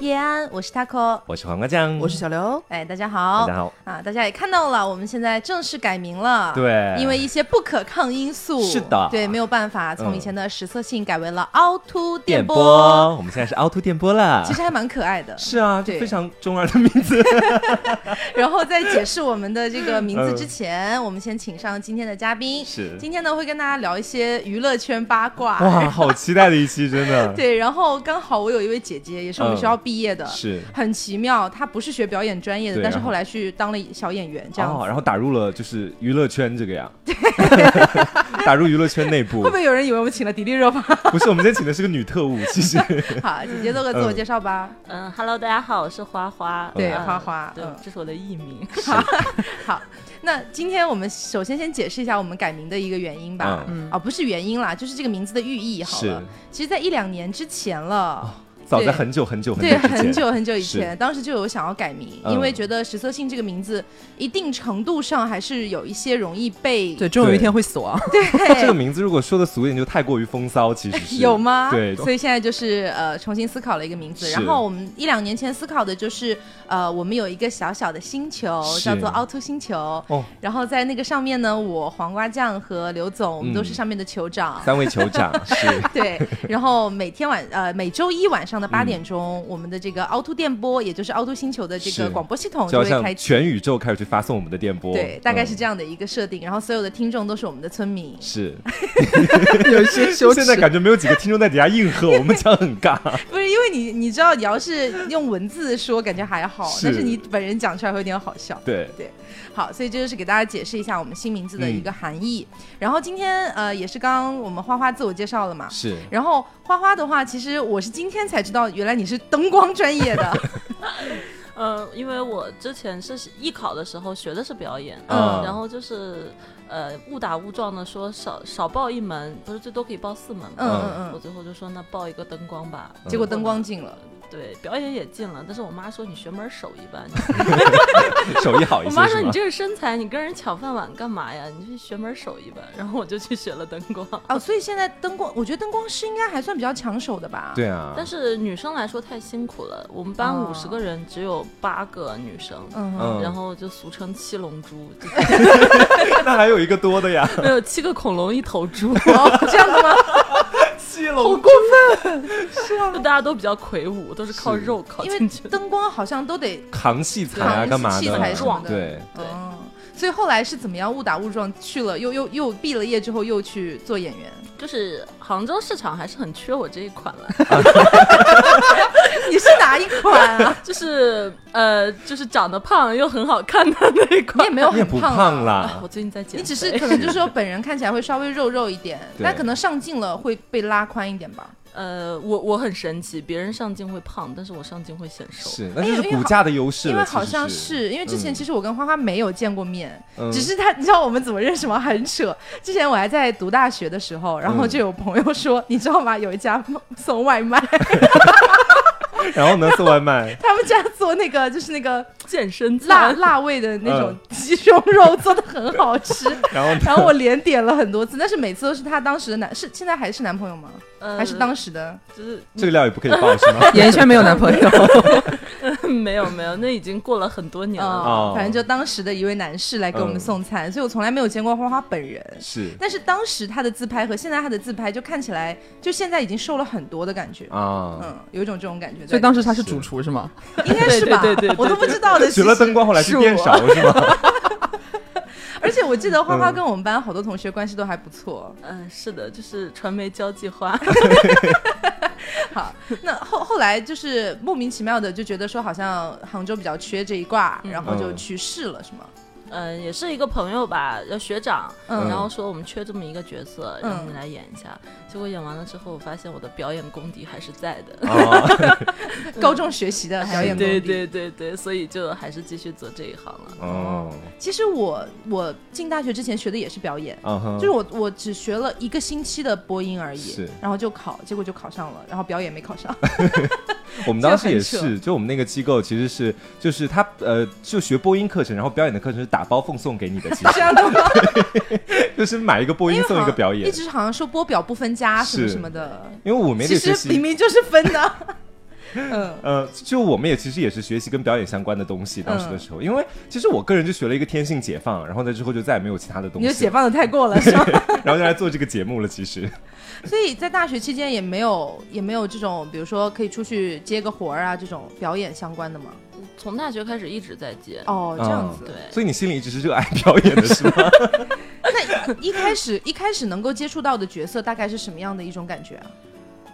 叶安，我是 Taco。我是黄瓜酱，我是小刘，哎，大家好，嗯大家好啊！大家也看到了，我们现在正式改名了，对因为一些不可抗因素，是的嗯对，没有办法，从以前的实测性改为了凹凸电波，波，我们现在是凹凸电波了 其。实还蛮可爱的。 是啊，对这非常中二的名 字。然后在解释我们的这个名字之前，我们先请上今天的嘉宾，嗯是今天呢会跟大家聊一些娱乐圈八卦，哇，好期待的一期，真 的。对，然后刚好我有一位姐姐，也是我们学校毕业的，嗯是很奇妙。她不是学表演专业的，对啊但是然后后来去当了小演员，这样子。哦，然后打入了就是娱乐圈这 个呀， 打入娱乐圈内部会不。会有人以为我们请了迪丽热巴？不是，我们今天请的是个女特务，其实好，姐姐做个自我介绍吧。嗯，Hello，大家好，我是花花，对嗯花花对嗯，这是我的艺名，好，那今天我们首先先解释一下我们改名的一个原因吧。嗯啊，不是原因啦，就是这个名字的寓意好是了。其实，在一两年之前了，早在对很久很久很久对，之前很久很久以是前，当时就有想要改名，嗯因为觉得实测性这个名字一定程度上还是有一些容易被 对，终有一天会死亡，这个名字如果说的俗一点，就太过于风骚，其实 是有吗？对，所以现在就是呃重新思考了一个名字，是然后我们一两年前思考的就是呃我们有一个小小的星球是叫做凹凸星球，哦，然后在那个上面呢，我黄瓜酱和刘总嗯我们都是上面的酋长。 三位酋长是对，然后每天晚呃每周一晚上的八点钟，我们的这个凹凸电波，也就是凹凸星球的这嗯是个广播系统就就要会开向启，全宇宙开始去发送我们的电波。对，大概是嗯这样的一个设定。然后所有的听众都是我们的村民，是， 有一些羞现在感觉没有几个听众在底下硬核，我们讲很尬。 不是因为你，你知道，你要是用文字说，感觉还好，是但是你本人讲出来会有点好笑。对，好，所以这就是给大家解释一下我们新名字的嗯一个含义。然后今天呃，也是刚刚我们花花自我介绍了嘛。是然后花花的话，其实我是今天才知道，原来你是灯光专业的。 呃，因为我之前是艺考的时候学的是表演，嗯然后就是呃误打误撞的说少少报一门，不是最多可以报四门嗯吗？嗯我嗯。最后就说那报一个灯光吧，结果灯光进了，嗯对表演也进了，但是我妈说你学门手艺吧，你手艺好一我些妈说是你吗？这个身材，你跟人抢饭碗干嘛呀？你去学门手艺吧。然后我就去学了灯光，哦，所以现在灯光，我觉得灯光师应该还算比较抢手的吧。对啊，但是女生来说太辛苦了，我们班哦五十个人只有八个女生。嗯哼。嗯然后就俗称七龙珠， 就那还有一个多的呀，没有七个恐龙一头 猪，哦，这样 子吗？七好龙过分！是 啊，就大家都比较魁梧，都是靠是肉靠因为进 去的。灯光好像都得扛戏才啊，扛干嘛器材什么的的？对，对哦，所以后来是怎么样误打误撞去了，又又又毕了业之后又去做演 员？就是杭州市场还是很缺我这一款 了，你是哪一款啊？就是呃，就是长得胖又很好看的那一你款 也。没有 你也很不胖胖啊。啊啦我，最近在减肥，你只是可能就是说本人看起来会稍微肉肉一点，对但可能上镜了会被拉宽一点吧。呃，我我很神奇，别人上镜会胖，但是我上镜会显瘦。是，那就是哎因为骨架的优势了因为好像其实是，是因为之前嗯其实我跟花花没有见过面，嗯只是他你知道我们怎么认识吗？很扯。之前我还在读大学的时候，然后嗯就有朋友说，你知道吗？有一家送外 卖，，然后呢，送外卖 他们家做那个就是那个健身辣餐，辣味的那种鸡胸肉， 做的很好吃。嗯 然后然后我连点了很多次，但是每次都是她当时的男，是现在还是男朋友吗？呃嗯还是当时的？就是这个料也不可以爆 是吗？ 演艺圈没有男朋 友，没有没有，那已经过了很多年了。哦反正就当时的一位男士来给我们嗯送餐，所以我从来没有见过花花本人。是但是当时她的自拍和现在她的自拍就看起来，就现在已经瘦了很多的感觉，啊，嗯，有一种这种感觉在。所以当时他是主厨是吗？应该是吧？对对对对对我都不知道的。学了其实灯光，后来去是电我勺是 吗？而且我记得花花嗯跟我们班好多同学关系都还不错。嗯、是的，就是传媒交际花。好，那后后来就是莫名其妙的就觉得说好像杭州比较缺这一挂，嗯然后就嗯去试了，是吗？嗯，也是一个朋友吧，呃学长，嗯然后说我们缺这么一个角色，然后嗯你来演一下。结果演完了之后，我发现我的表演功底还是在的。啊，高中学习的表演功嗯对底。对对对，所以就还是继续做这一行了。嗯哦，其实我我进大学之前学的也是表演，嗯哼，就是我我只学了一个星期的播音而已是，然后就考，结果就考上了，然后表演没考 上。 我们当时也就很是，就我们那个机构其实是，就是他呃，就学播音课程，然后表演的课程是打包奉送给你的，其实 这样的吗？就是买一个播音因为送一个表哎好像演一。直好像说播表不分家什么是什么的，因为我没得其学实明习， 明就是分的。嗯呃，就我们也其实也是学习跟表演相关的东西，当时嗯的时候，因为其实我个人就学了一个天性解放，然后在之后就再也没有其他的东你就西解了，放的太过了，是吗？然后就来做这个节目了。其实，所以在大学期间也没有也没有这种，比如说可以出去接个活儿啊，这种表演相关的吗？从大学开始一直在接。哦，这样子。对，所以你心里一直是热爱表演 的是吗？那一开始一开始能够接触到的角色大概是什么样的一种感觉啊？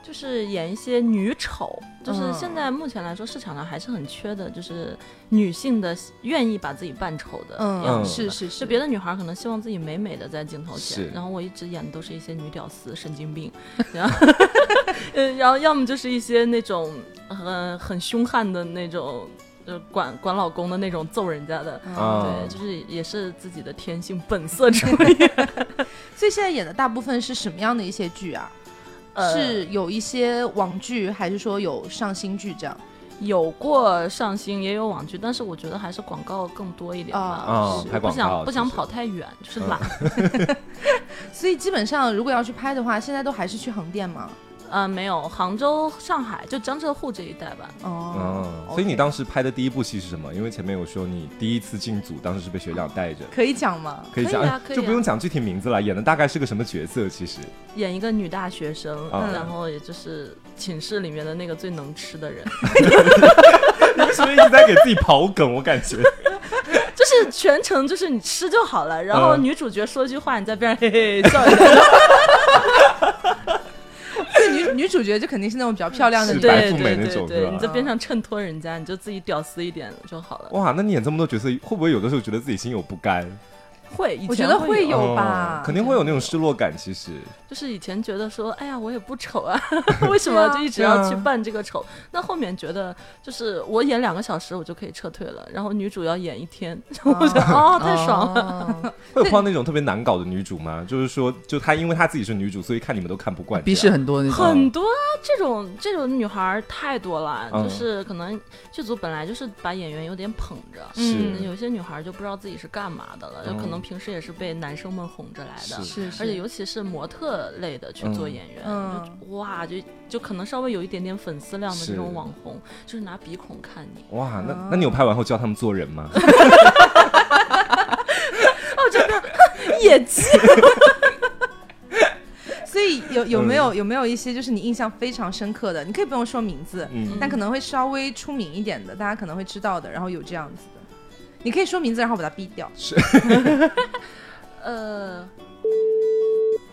就是演一些女丑，就是嗯现在目前来说市场上还是很缺的，就是女性的愿意把自己扮丑的样嗯，子是的。是是，就别的女孩可能希望自己美美的在镜头前是，然后我一直演的都是一些女屌丝、神 经病，然后，呃然后要么就是一些那种很很凶悍的那种，呃，管管老公的那种揍人家的，啊对，就是也是自己的天性本 色出现。所以现在演的大部分是什么样的一些剧啊？呃是有一些网剧，还是说有上新剧这样？有过上星，也有网剧，但是我觉得还是广告更多一点吧。啊就是哦拍不广告嗯想不想就是跑太远，就是懒。所以基本上如果要去拍的话，现在都还是去横店嘛。呃，没有，杭州、上海就江浙沪这一带吧。哦嗯，，所以你 OK 当时拍的第一部戏是什么？因为前面有说你第一次进组，当时是被学长带着，可以讲吗？ 可以讲，可以啊可以啊就不用讲具体名字了，演的大概是个什么角色？其实 演一个女大学生，啊然后也就是寝室里面的那个最能吃的人， 你为什么一直在给自己刨梗？我感觉 就是全程就是你吃就好了，然后嗯女主角说一句话，你在边上嘿嘿嘿笑一下，对，女女主角就肯定是那种比较漂亮的 是女白对富美对那种对是对，吧你在边上衬托人家，你就自己屌丝一点就好了。哇，那你演这么多角色，会不会有的时候觉得自己心有不甘？会，以我前觉得会会有哦吧肯定会有那种失落感。其实，就是以前觉得说，哎呀，我也不丑啊， 为什么对啊就一直对啊要去扮这个丑？那后面觉得，就是我演两个小时我就可以撤退了，然后女主要演一天， 然后我觉得哦，太爽了。了。会有碰到那种特别难搞的女主吗？就是说，就她因为她自己是女主，所以看你们都看不惯，鼻屎很多那种。很多啊，这种这种女孩儿太多了，嗯就是可能剧组本来就是把演员有点捧着，是嗯有些女孩儿就不知道自己是干嘛的了，就可能平时也是被男生们哄着来的，是是，而且尤其是模特类的去做嗯演员，嗯就哇，就就可能稍微有一点点粉丝量的是这种网红，就是拿鼻孔看你，哇，啊嗯那那你有拍完后教他们做人 吗？野鸡， 所以有有没有嗯有没有一些就是你印象非常深刻的？你可以不用说名字，嗯，但可能会稍微出名一点的，大家可能会知道的。然后有这样子的，你可以说名字，然后把它逼掉。呃，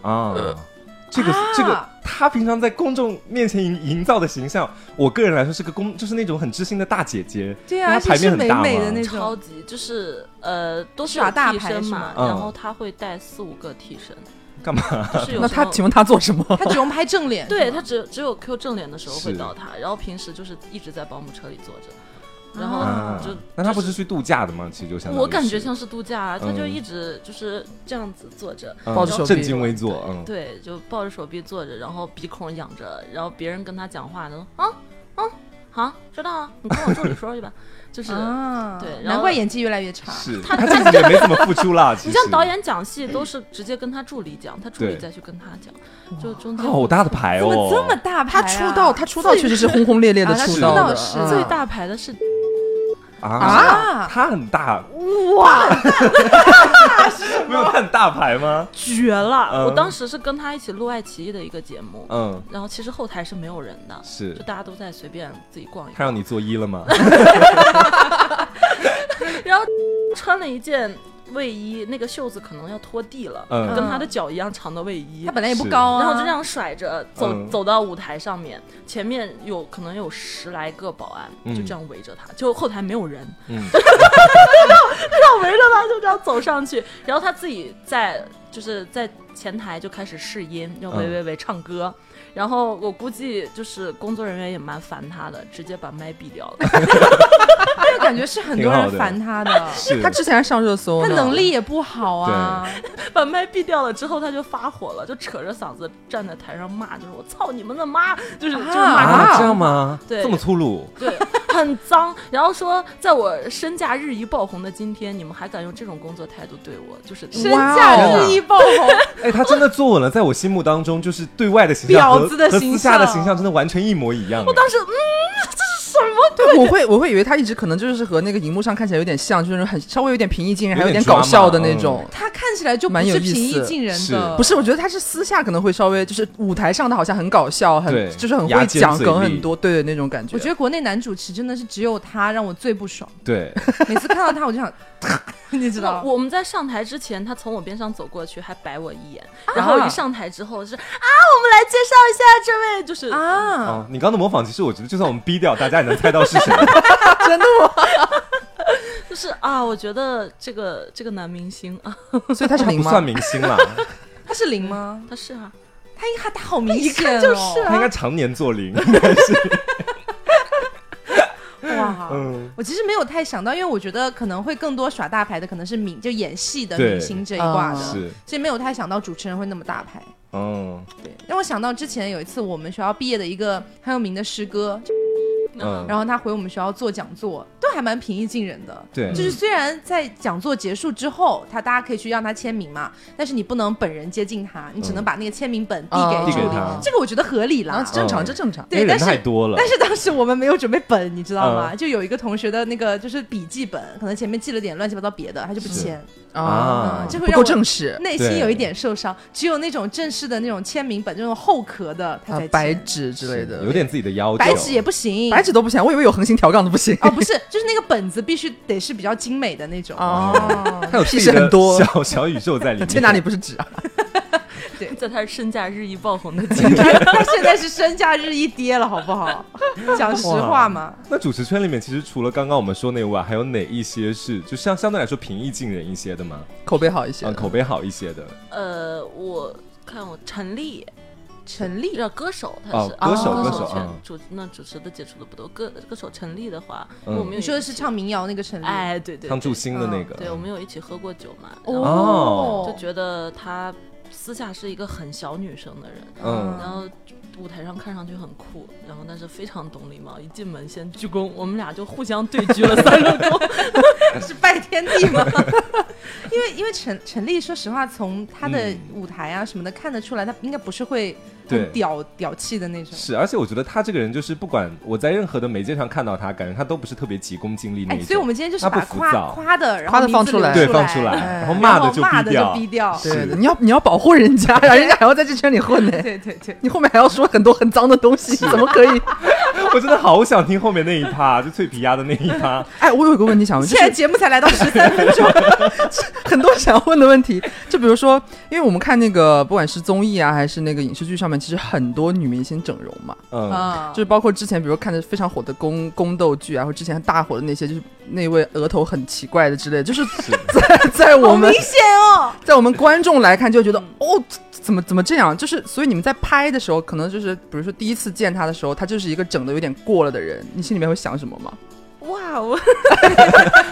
啊，这啊个这个，她平常在公众面前营营造的形象，我个人来说是个公，就是那种很知心的大姐姐，对那啊，它就牌面是很美大美吗的那超种。级就是呃，都是耍有大替牌身是嘛吗，嗯然后他会带四五个替身，干嘛？就是有那时他候请问他做什么？他只用拍正脸， 对是吗他只只有 Q 正脸的时候会是到他，然后平时就是一直在保姆车里坐着，然后啊就、，那她不是去度假的吗？其实就相当于我感觉是像是度假、啊，他就嗯一直就是这样子坐着，嗯抱着手臂正襟危坐，嗯，对，就抱着手臂坐着，然后鼻孔仰着，然后别人跟他讲话呢，啊啊，好，知道啊，你跟我助理说去 吧，就是。啊，对然后难怪演技越来越差。是啊他她自己也没怎么付出啦。你其实像导演讲 戏都是直接跟他助理讲，他助理对再去跟他讲，就中间哦好大的牌怎么哦，这么大牌 他啊？出道，他出道确实是轰轰烈烈的啊他出道道的，是嗯最大牌的是啊？啊，他很大哇， 没有他很大牌吗？绝了！嗯我当时是跟他一起录爱奇艺的一个节目，嗯，然后其实后台是没有人的，是就大家都在随便自己逛一他逛。让你作揖了 吗？然后穿了一件卫衣，那个袖子可能要拖地了，嗯跟他的脚一样长的卫衣他。本来也不是高啊，然后就这样甩着走、嗯走到舞台上面，前面有可能有十来个保安，嗯就这样围着他，就后台没有人，嗯， 他围着他就这样走上去， 然后他自己在就是在前台就开始试音，就喂嗯喂喂唱歌。然后我估计就是工作人员也蛮烦他的，直接把麦闭掉了。这个感觉是很多挺好人的烦他的。是他之前还上热搜他呢，能力也不好啊，把麦闭掉了之后，他就发火了，就扯着嗓子站在台上骂，就是我操你们的妈，就是就是骂啊他。啊，这样吗？对这么粗鲁，对，很脏。然后说，在我身价日益爆红的今天，你们还敢用这种工作态度对我，就是身哇价哦日益爆红，哎，他真的坐稳了，在我心目当中，就是对外的形象和婊子的和形私下的象形象真的完全一模一样。我当时嗯，对，我会我会以为他一直可能就是和那个荧幕上看起来有点像，就是那种很稍微有点平易近人，还有有点点搞笑 drama，的那嗯种。他看起来就不蛮有是意平易思近人是的，不是，我觉得他是私下可能会稍微就是舞台上的好像很搞笑，对很就是很牙会尖讲嘴梗利很多，对的那种感觉。我觉得国内男主持真的是只有他让我最不爽， 对，每次看到他我就想， 你知道，我我们在上台之前，他从我边上走过去，还白我一眼，然后一上台之后是啊，我们来介绍一下这位，就是啊，哦，你刚刚的模仿，其实我觉得就算我们逼掉，大家也能猜到是谁。就是啊，我觉得这个这个男明星啊，得，所以他是他零不吗？算明星啊啦， 他是零吗？他是啊，他一看他好明显、哦，就是他应该常年做 零，应该是。哇。嗯，我其实没有太想到，因为我觉得可能会更多耍大牌的，可能是明就演戏的对啊明星这一挂的，嗯是，所以没有太想到主持人会那么大牌。嗯对，让我想到之前有一次我们学校毕业的一个很有名的师哥，嗯，然后他回我们学校做讲座，都还蛮平易近人的。对，嗯就是虽然在讲座结束之后，他大家可以去让他签名嘛，但是你不能本人接近他，你只能把那个签名本递哦给递给助理，他这个我觉得合理啦啊，。正常，嗯这正常。因为对，但人是太多了但。是当时我们没有准备本，你知道啊吗？就有一个同学的那个就是笔记本，可能前面记了点乱七八糟别的，他就不是签，啊嗯，这会不让够我正式，内对心有一点受伤。只有那种正式的那种签名本，这种厚壳的，他啊才，白签纸之类有的，点自己的要求，哦白纸也不行，白纸都不行，我以为有横行条杠的不行。哦不是，就是那个本子必须得是比较精美的那种。哦，他有自屁己事的很多， 小小宇宙在里面。这哪里不是纸啊？在他身价日益爆红的阶段，他 现在是身价日益跌了，好不好？讲实话嘛，那主持圈里面，其实除了刚刚我们说那外，还有哪一些是就相相对来说平易近人一些的吗？口碑好一些嗯，，口碑好一些的 呃，我看我陈立，陈你立知道呃歌手他是哦歌手啊歌手手圈嗯主那主持的接触的不多，歌歌手陈立的话，嗯我们有你一说的是唱民谣那个陈立？哎对对唱对祝星的那个，对，我们有一起喝过酒嘛，然后哦就觉得她私下是一个很小女生的人，嗯然后舞台上看上去很酷，然后但是非常懂礼貌，一进门先鞠躬，我们俩就互相对鞠了 三个躬。是拜天地 吗？因为因为陈陈立，说实话，从他的嗯舞台啊什么的看得出来，他应该不是会对很屌屌气的那种。是，而且我觉得他这个人就是，不管我在任何的媒介上看到他，感觉他都不是特别急功近利那一哎，种。所以我们今天就是他不把浮夸躁夸的，然后夸的名放字出留哎来对放出来，然然后后骂的就骂的就掉逼。掉。对是的，你要你要保护人家，人家还要在这圈里混呢。对对对，你后面还要说很多很脏的东西，啊怎么可以？我真的好想听后面那一趴，就脆皮鸭的那一趴。哎，我有一个问题想问，就现在是 节目才来到十三分钟，很多想问的问题，就比如说，因为我们看那个不管是综艺啊，还是那个影视剧上面，其实很多女明星整容嘛，嗯，啊，就是包括之前比如看的非常火的宫宫斗剧啊，或者之前大火的那些，就是那位额头很奇怪的之类的，就是在 在我好们明显哦。在我们观众来看就觉得哦，怎么怎么这样？就是所以你们在拍的时候，可能就是比如说第一次见他的时候，他就是一个整的有点过了的人，你心里面会想什么吗？哇，哦我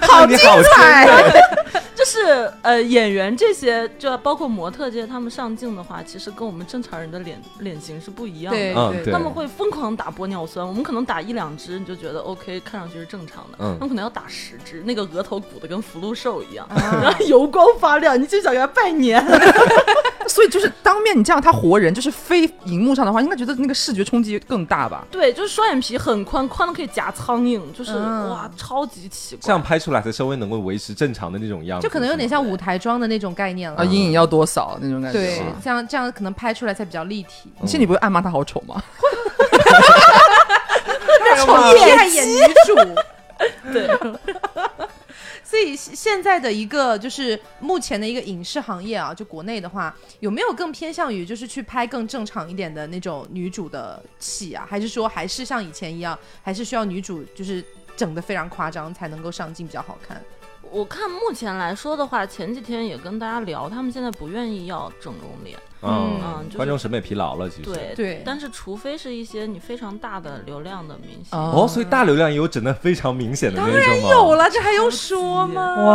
好啊精彩！ 就是呃演员这些，就包括模特这些，他们上镜的话，其实跟我们正常人的脸脸型是不一样对的。嗯，对他们会疯狂打玻尿酸，我们可能打一两支你就觉得 OK，看上去是正常的。嗯他们可能要打十支，那个额头鼓的跟福禄寿一样，啊然后油光发亮，你就想给他拜年。 所以就是当面你这样他活人，就是非荧幕上的话，应该觉得那个视觉冲击更大吧？对，就是双眼皮很宽，宽的可以夹苍蝇，就是、嗯哇，超级奇这怪。样拍出来才稍微能够维持正常的那种样子，就可能有点是吗像舞台妆的那种概念啊，了。阴影要多少那种感觉？啊对是，这样这样可能拍出来才比较立体。你心里不会暗骂他好丑 吗？丑也还演女主，对，所以现现在的一个就是目前的一个影视行业啊，就国内的话，有没有更偏向于就是去拍更正常一点的那种女主的戏啊？还是说还是像以前一样，还是需要女主就是整的非常夸张才能够上镜比较好看？我看目前来说的话，前几天也跟大家聊，他们现在不愿意要整容脸，嗯嗯就是观众审美疲劳了，其实。对对但是除非是一些你非常大的流量的明星，哦哦，所以大流量也有整的非常明哦显的那种吗？有了，这还用说吗？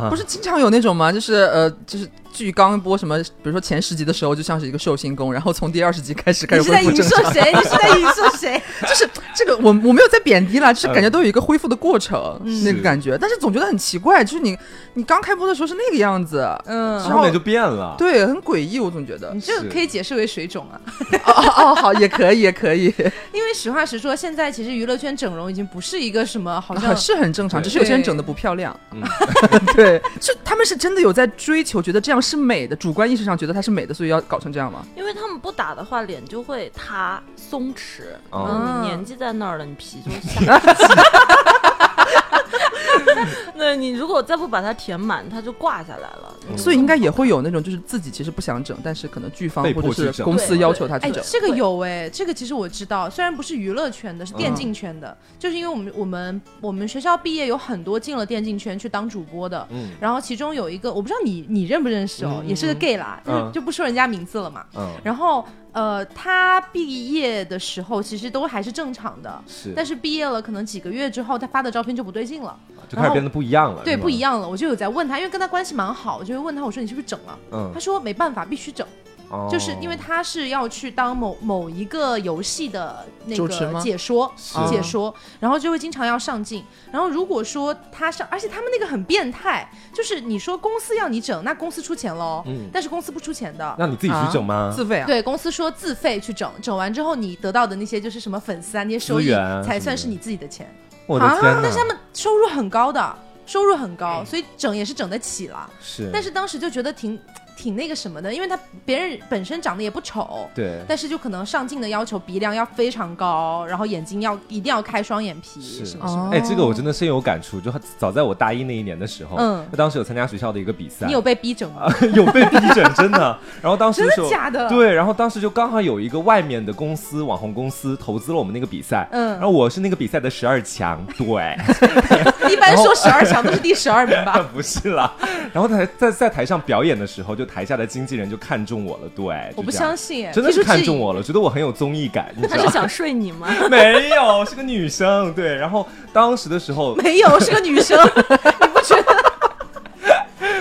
哇，不是经常有那种吗？就是呃，就是剧刚播什么，比如说前十集的时候，就像是一个寿星公，然后从第二十集开始开你始是恢在复影正射常，谁？你是在影射 谁？就是这个我我没有在贬低啦，就是感觉都有一个恢复的过程，那个感觉，但是总觉得很奇怪，就是你你刚开播的时候是那个样子，嗯，后面就变了。对，很诡异，我总 觉得你这是个可以解释为水肿啊，哦哦哦，好，也可以，也可以，因为实话实说，现在其实娱乐圈整容已经不是一个什么好 像啊是很正常，对只是有些人整的不漂亮嗯。 对，是他们是真的有在追求，觉得这样是美的，主观意识上觉得它是美的，所以要搞成这样吗？因为他们不打的话，脸就会塌松弛。哦嗯，你年纪在那儿了，你皮就下 去。那你如果再不把它填满，它就挂下来了。嗯所以应该也会有那种，就是自己其实不想整，但是可能剧方被或迫者去是整公司对要求他啊去哎，整。这个对有哎，这个其实我知道，虽然不是娱乐圈的，是电嗯竞圈的，就是因为我们我们我们学校毕业有很多进了电竞圈去当主播的，嗯然后其中有一个我不知道你你认不认识哦，嗯也是个 gay 啦，嗯就就不说人家名字了嘛。嗯，然后呃，他毕业的时候其实都还是正常的，是，但是毕业了可能几个月之后，他发的照片就不对劲了，就开始变得不一样了。对，是吗不一。样了。我就有在问他，因为跟他关系蛮好，我就会问他，我说你是不是整了？嗯他，说没办法，必须整。哦就是因为他是要去当某某一个游戏的那主持吗个解说是解说，然后就会经常要上镜。然后如果说他上，而且他们那个很变态，就是你说公司要你整，那公司出钱喽，嗯但是公司不出钱的。让你自己去整吗？自费啊？对公司说自费去整，整完之后你得到的那些就是什么粉丝啊那些收资益源啊才什么算的是你自己的钱，我的天啊但是他哪！们收入很高的，收入很嗯高，所以整也是整得起了。是，但是当时就觉得挺挺那个什么的，因为他别人本身长得也不丑，对，但是就可能上镜的要求鼻梁要非常高，然后眼睛要一定要开双眼皮，是什么什么。哎，这个我真的深有感触，就早在我大一那一年的时候，嗯当时有参加学校的一个比赛，你有被逼整吗？ 有被逼整，真的。然后当时真就的假的？，对，然后当时就刚好有一个外面的公司，网红公司投资了我们那个比赛，嗯然后我是那个比赛的十二强，对， 一般说十二强都是第十二 。名吧不是啦。然后在在在台上表演的时候，就台下的经纪人就看中我了，对，我就不这样相信，哎真的提是出质看疑中我了，觉得我很有综艺感，你知他道是吗？ 想睡你吗？没有，是个女生，对。然后当时的时候，没有，是个女 生，你不觉得？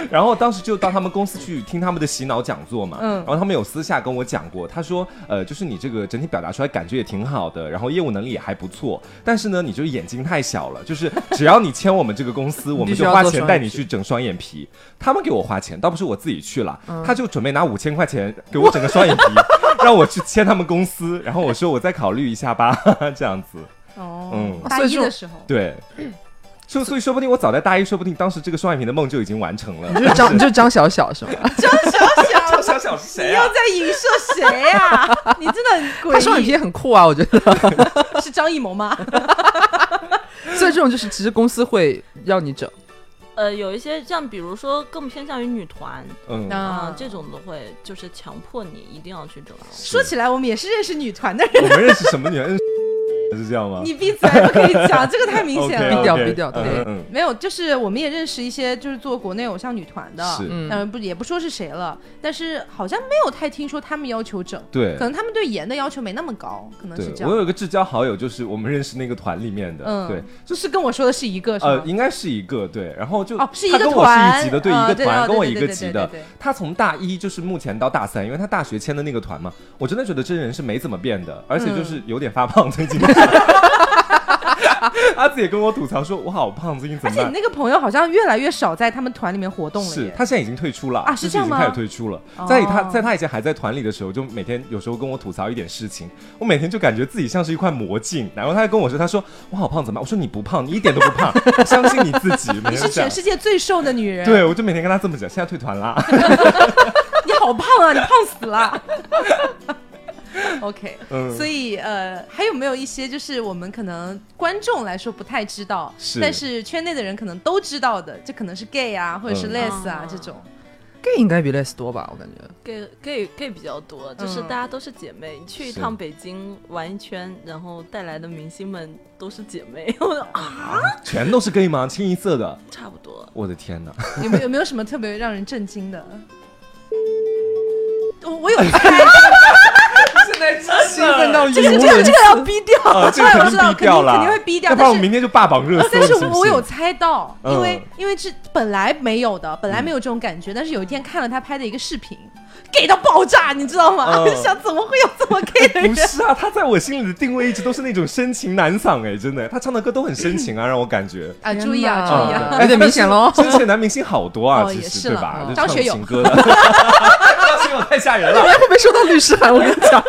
然后当时就到他们公司去听他们的洗脑讲座嘛，嗯然后他们有私下跟我讲过，他说，呃，就是你这个整体表达出来感觉也挺好的，然后业务能力也还不错，但是呢，你就是眼睛太小了，就是只要你签我们这个公司，我们就花钱带你去整双眼皮。他们给我花钱，倒不是我自己去了，他就准备拿五千块钱给我整个双眼皮，让我去签他们公司，然后我说我再考虑一下吧， 这样子，哦嗯，大所以一说的时候，对。所以所以说不定我早在大一，说不定当时这个双眼皮的梦就已经完成了。你就是张，你就是张小小是吗？ 张小小是谁啊你又？在影射谁 呀、你真的很他双诡眼皮异，也很酷啊，我觉得。啊是张艺谋吗？所以这种就是，其实公司会让你整。呃，有一些像比如说更偏向于女团嗯，啊、啊，这种的会就是强迫你一定要去整容。说起来我们也是认识女团的人，我们认识什么女人？ 是这样吗？你闭嘴，不可以讲，这个太明显啊 OK，OK，了低。嗯调低调对嗯没有，就是我们也认识一些就是做国内偶像女团的，嗯是，嗯当，呃然不也不说是谁了，但是好像没有太听说他们要求整，对可。能他们对颜的要求没那么高，可能是这对，样。我有一个至交好友，就是我们认识那个团里面的，嗯，对，，就是跟我说的是一个，是呃，吗？应该是一个对，然后就哦，是一他个跟我是团，一级的，对，啊一个对团啊跟我对一对个对级对的对对对，他从大一就是目前到大三，因为他大学签的那个团嘛，我真的觉得真人是没怎么变的，而且嗯就是有点发胖，最 近。阿紫也跟我吐槽说，我好胖，最近怎而么且办你？那个朋友好像越来越少在他们团里面活动了是耶。他现在已经退出了啊就是这样已经吗开始退出了。哦在他在他以前还在团里的时候，就每天有时候跟我吐槽一点事情，我每天就感觉自己像是一块魔镜。然后他还跟我说，他说我好胖怎么办？我说你不胖，你一点都不 胖，相信你自己。每你天是这样全世界最瘦的女人，对，我就每天跟他这么讲，现在退团啦。你好胖啊，你胖死 了。OK，、嗯所以呃，还有没有一些就是我们可能观众来说不太知道，是但是圈内的人可能都知道的，这可能是 gay 啊，或者是嗯 les 啊、啊这种。 gay 应该比 less 多吧，我感觉。 gay gay gay 比较多，就是嗯大家都是姐妹，你去一是趟北京玩一圈，然后带来的明星们都是姐妹， 我说啊，全都是 gay 吗？清一色的，差不多。我的 天哪！有没有有没有什么特别 哎让人震惊的？我我有猜，在兴奋到语这个无这个伦这次个。要逼掉，啊，这个对我肯知道肯定逼掉定了，肯定会逼掉，要不但是呃然我明天就霸榜热 搜。但是你信不我信 有猜到，嗯因为因为这本来没有的，本来没有这种感觉，但是有一天看了他拍的一个视频，给到爆炸，你知道吗？嗯我就 想怎么会有这么 gay 的不人？是啊，他在我心里的定位一直都是那种深情男嗓哎，真的，他唱的歌都很 深情啊，让我感觉。啊，注意啊，天注哪意啊！ 啊，有点明显 喽之前男明星好多啊，哦其也实是对了吧？嗯就张唱学友 情歌的，张学友太吓人了。哎会不会收到律师函？我跟你讲，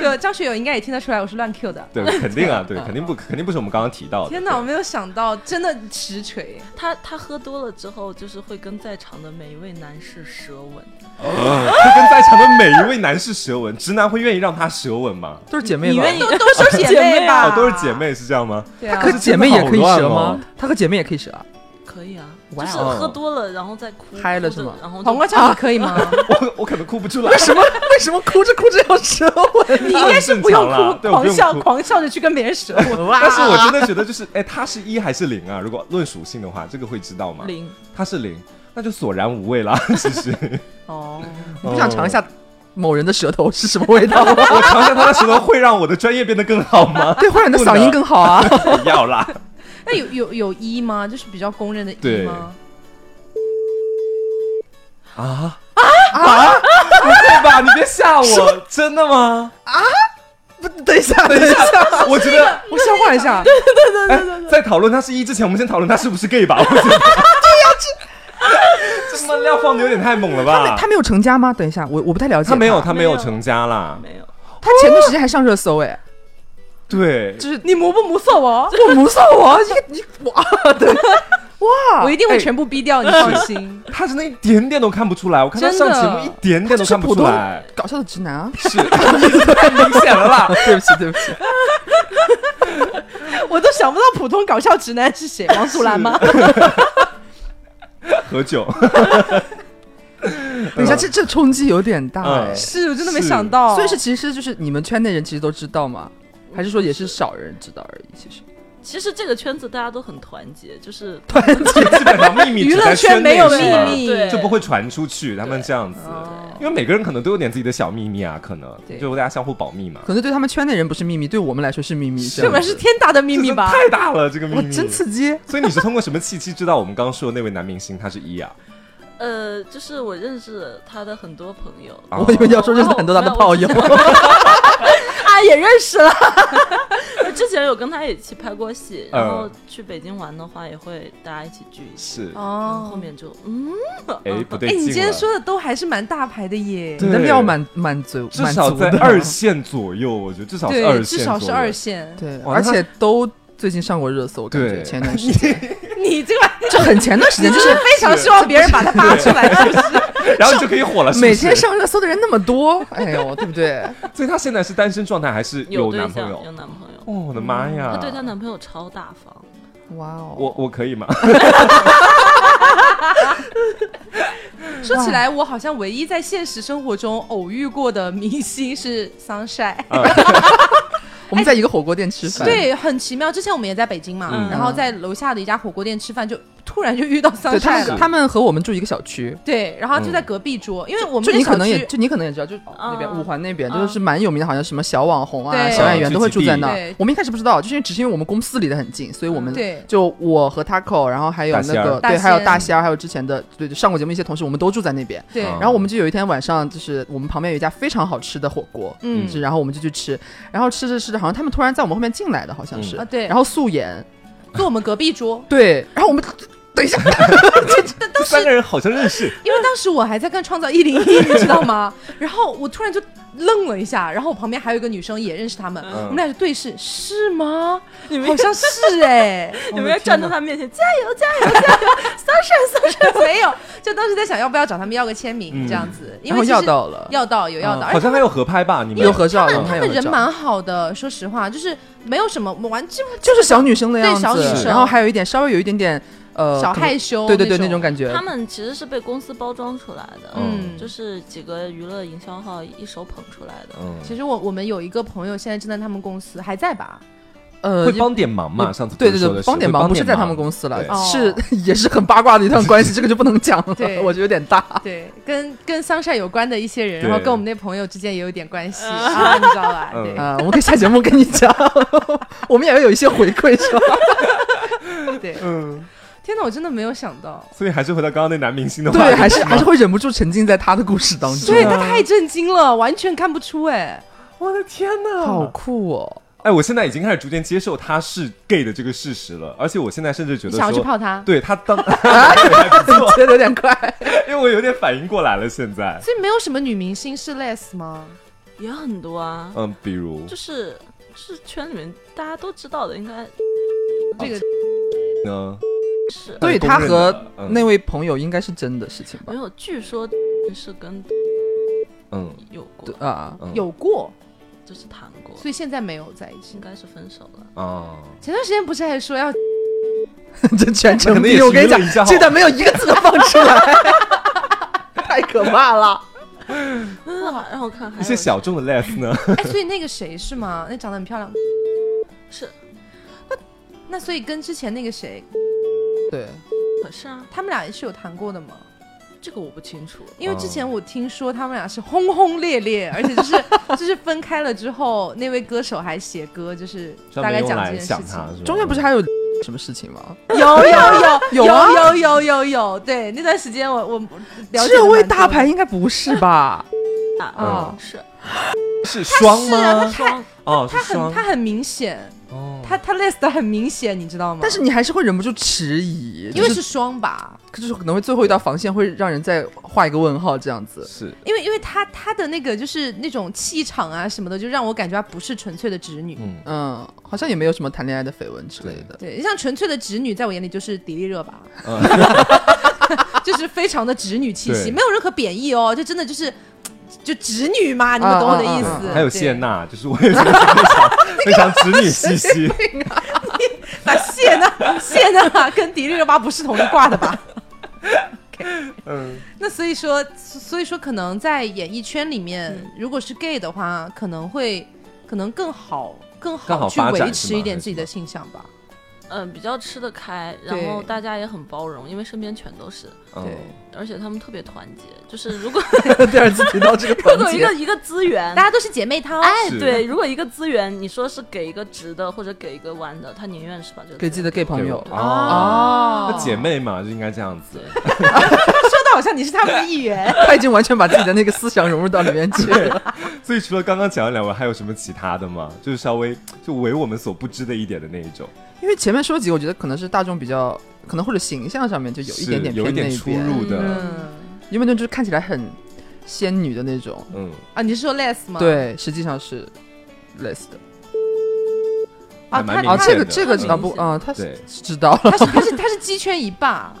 就张学友应该也听得出来我是乱 Q 的。对，肯定啊，对，肯定不，肯定不是我们刚刚提到的。哦天哪，我没有想到，真的实锤。他他喝多了之后，就是会跟在场的每一位男士舌吻。嗯他跟在场的每一位男士舌吻，直男会愿意让他舌吻吗？都是姐妹你吧？愿意啊都都 是姐妹吧？哦，都是姐。妹是这 样吗？对啊可可是姐妹也可真的以折好乱吗哦？她和姐妹也可以折啊？可以啊，哇就哦是喝多了然后再哭，嗨了哭着是吗然后就黄瓜酱你可以吗？我我可能哭不出来为，什么为什么哭着哭着要舌吻？你应该 是不用那很正常啦啊哭，对 我不狂用笑啊哭狂笑着去跟别人舌吻。 但是我真的觉得就是， 哎，他是一还是零啊？如果论属性的话，这个会知道吗？零。他是零，那就索然无味啦。其实， 哦，你不想尝一下某人的舌头是什么味 道吗？我尝一下他的舌头，会让我的专业变得更好吗？ 对，或者你的嗓音更好啊。不要啦。那有有有一吗？就是比较公认的一对吗？啊啊！不会吧？你别吓我！真的吗？ 不，等一下，等一 下，我觉得，我消化一 下。哎，在讨论他是一之前，我们先讨论他是不是 gay 吧。我 觉得这么量放的有点太猛了吧？他没有成家吗？等一下，我我不太了解。啊他没有，他他没有成家啦。没有，他前段时间还上热搜 哎，对，就是你磨不磨死我？我不算我，你你哇， 对，哇，我一定会哎全部逼掉，你放心。他真的一点点都看不出来。我看他真上的节目一点点都看不出来。搞笑的直男啊！是， 太明显了啦。 对不起，对 不起， 我都想不到普通搞笑直男是谁，王祖蓝吗？何炅，等一下，这这冲击有点大哎嗯。是我真的没想到。所以是，其实就是你们圈内人其实都知道吗？还是说也是少人知道而已？其实其实这个圈子大家都很团结，就是 基本上秘密娱只乐在圈圈没内有秘是吗密，对就不会传出去。他们这样子，哦因为每个人可能都有点自己的小秘密啊，可能对就大家相互保密嘛。可能对他们圈内人不是秘密，对我们来说是秘密。是这这样本是天大的秘密吧这？太大了，这个秘哇，密真刺激！所以你是通过什么契机知道我们刚刚说的那位男明星他是一啊？呃，就是我认识他的很多朋友，啊我以为你要说认识很多他的炮友，啊，也认识了。之前有跟他一起拍过戏，嗯然后去北京玩的话也会大家一起聚一起。是，然后后哦，面就嗯，哎，不对哎，劲了。你今天说的都还是蛮大牌的耶。对 你的料满满足，至少在满足的二线左右，我觉得至少是二对，线，至少是二。线。对，哇而那他且都最近上过热搜，我感觉对前段 时间你这个就很前段时间，就是非常希望别人把他扒出来，是不是？然后就可以火了，是不是每天。上热搜的人那么多，哎呦，对不对？所以他现在是单身状态还是有对男朋象，有友？男朋友，哦，我的妈呀！她对她男朋友超大方，哇哦，我我可以吗？说起来，我好像唯一在现实生活中偶遇过的明星是 Sunshine。啊我们在一个火锅店吃饭，对，很奇妙。之前我们也在北京嘛，嗯然后在楼下的一家火锅店吃饭，就突然就遇到对他 Sunshine 们了。他们和我们住一个小区。对，然后就在隔壁桌，因为我们就那你小可能也，区嗯就你可能也知道，就那边啊五环那边，啊就是蛮有名的，好像什么小网红啊、对小演员都会住在聚集那地儿对。我们一开始不知道，就是因为只是因为我们公司离得很近，所以我们嗯对就我和 Taco，然后还有那个大仙儿对，还有大大仙儿，还有之前的对对上过节目一些同事，我们都住在那边。对，嗯然后我们就有一天晚上，就是我们旁边有一家非常好吃的火锅，嗯是然后我们就去吃，然后吃着吃着，好像他们突然在我们后面进来的，好像是嗯啊对然后素颜，坐我们隔壁桌。对，然后我们等一下，但当时三个人好像认识，因为当时我还在看《创造一零 一》，你知道吗？然后我突然就愣了一下，然后我旁边还有一个女生也认识他们，嗯我们俩就对视，是吗？你嗯 们好像是 哎、你们要站在他面前，加油加油！没有，就当时在想要不要找他们要个签名嗯这样子， 因然为后其要实到了，要到有要到，嗯而且好像还有合拍吧？你们有合照，他他们有合人照蛮好的，说实话，就是没有什么玩这不就是小女生的样对小女子，生然后还有一点稍微有一点点呃小可能害羞，对对对那那种感觉他。们其实是被公司包装出来的，嗯就是几个娱乐营销号一手捧出来的。嗯，其实我我们有一个朋友现在正在他们公司还在吧？呃，会帮点忙嘛？上次对不对是说的对，是帮点会忙不是点在他们忙公司了对，哦是 也是很八卦的一段关系，这个就不能讲了 对，我觉得有点大。对，跟跟桑晒有关的一些人，对然后跟我们那朋友之间也有点关系啊，你知道吧？嗯对，啊、我们可以下节目跟你讲，我们也会有一些回馈，是吧？对，嗯，天哪，我真的没有想到，所以还是回到刚刚那男明星的话对，题还是吗还是会忍不住沉浸在他的故事当中。对他太震惊了，完全看不出哎，我的天好哪！酷哦！哎，我现在已经开始逐渐接受他是 gay 的这个事实了，而且我现在甚至觉你得想要去说，泡他，对他当， 对还不错 觉得有点快，因为我有点反应过来了。现在，所以没有什么女明星是 less 吗？也很多啊，嗯，比如就是就是圈里面大家都知道的，应该啊这个呢，是所以他和嗯那位朋友应该是真的事情吧没？有。据说是跟嗯有过对，啊， 嗯有过，就是谈过，所以现在没有在一起应。该是分手了。啊，前段时间不是还说要这全可程能也是我跟舆你论讲营销，这段没有一个字能放出 来，太可怕了。嗯，让我看还一些有小众的 less 呢，哎，所以那个谁是吗？那长得很漂亮，是那所以跟之前那个谁，对，可是啊，他们俩是有谈过的吗？这个我不清楚。因为之哦前我听说他们俩是轰轰烈烈，而且就是就是分开了之后，那位歌手还写歌，就是大专门概用讲这来件事想他情。吧中间不是还有 什么事情吗？有有有有啊有有有有，对那段时间我我了解这得位蛮多大的牌应该不是吧？啊嗯，是嗯是双是啊，他吗？太双哦，他是双很他，很明显，哦他他 list 得很明显，你知道吗？但是你还是会忍不住迟疑，因为就是双吧，就是可能会最后一道防线会让人再画一个问号这样子。是因为因为他他的那个就是那种气场啊什么的，就让我感觉他不是纯粹的直女。嗯，嗯，好像也没有什么谈恋爱的绯闻之类的。对，像纯粹的直女，在我眼里就是迪丽热巴，嗯 就是非常的直女气息，对没有任何贬义哦，就真的就是就直女嘛，你们懂我的意嗯嗯思。啊还有对谢，娜，就是我也 觉得非常非常直女气息，把啊谢娜谢娜跟迪丽热巴不是同一挂的吧？ 嗯，那所以说，所以说可能在演艺圈里面，嗯如果是 gay 的话，可能会可能更好更更好去发维展是持吗一点还自己是的吗性向吧。嗯，比较吃得开，然对后大家也很包容，因为身边全都是，嗯对而且他们特别团结。就是如果 第二次提到这个如 环果一节个，一个资源大，家都是姐妹淘，嗯哎，是对，如果一个资源，你说是给一个直的或者给一个弯的，他宁愿是把这个给资自己源的 gay 朋友对哦哦，哦那姐妹嘛就应该这样子， 说的好像你是他们的一员。 他已经完全把自己的那个思想融入到里面去了。所以除了刚刚讲的两位，还有什么其他的吗？就是稍微就为我们所不知的一点的那一种，因为前面说几个，我觉得可能是大众比较，可能或者形象上面就有一点点是有一偏那点一出边，入的，嗯因为那就是看起来很仙女的那种，嗯，啊，你是说 less 吗？对，实际上是 less 的。啊，还蛮他明啊，他显这的个这个嗯啊哦不啊，他对知道了，他是他是他是鸡圈一霸，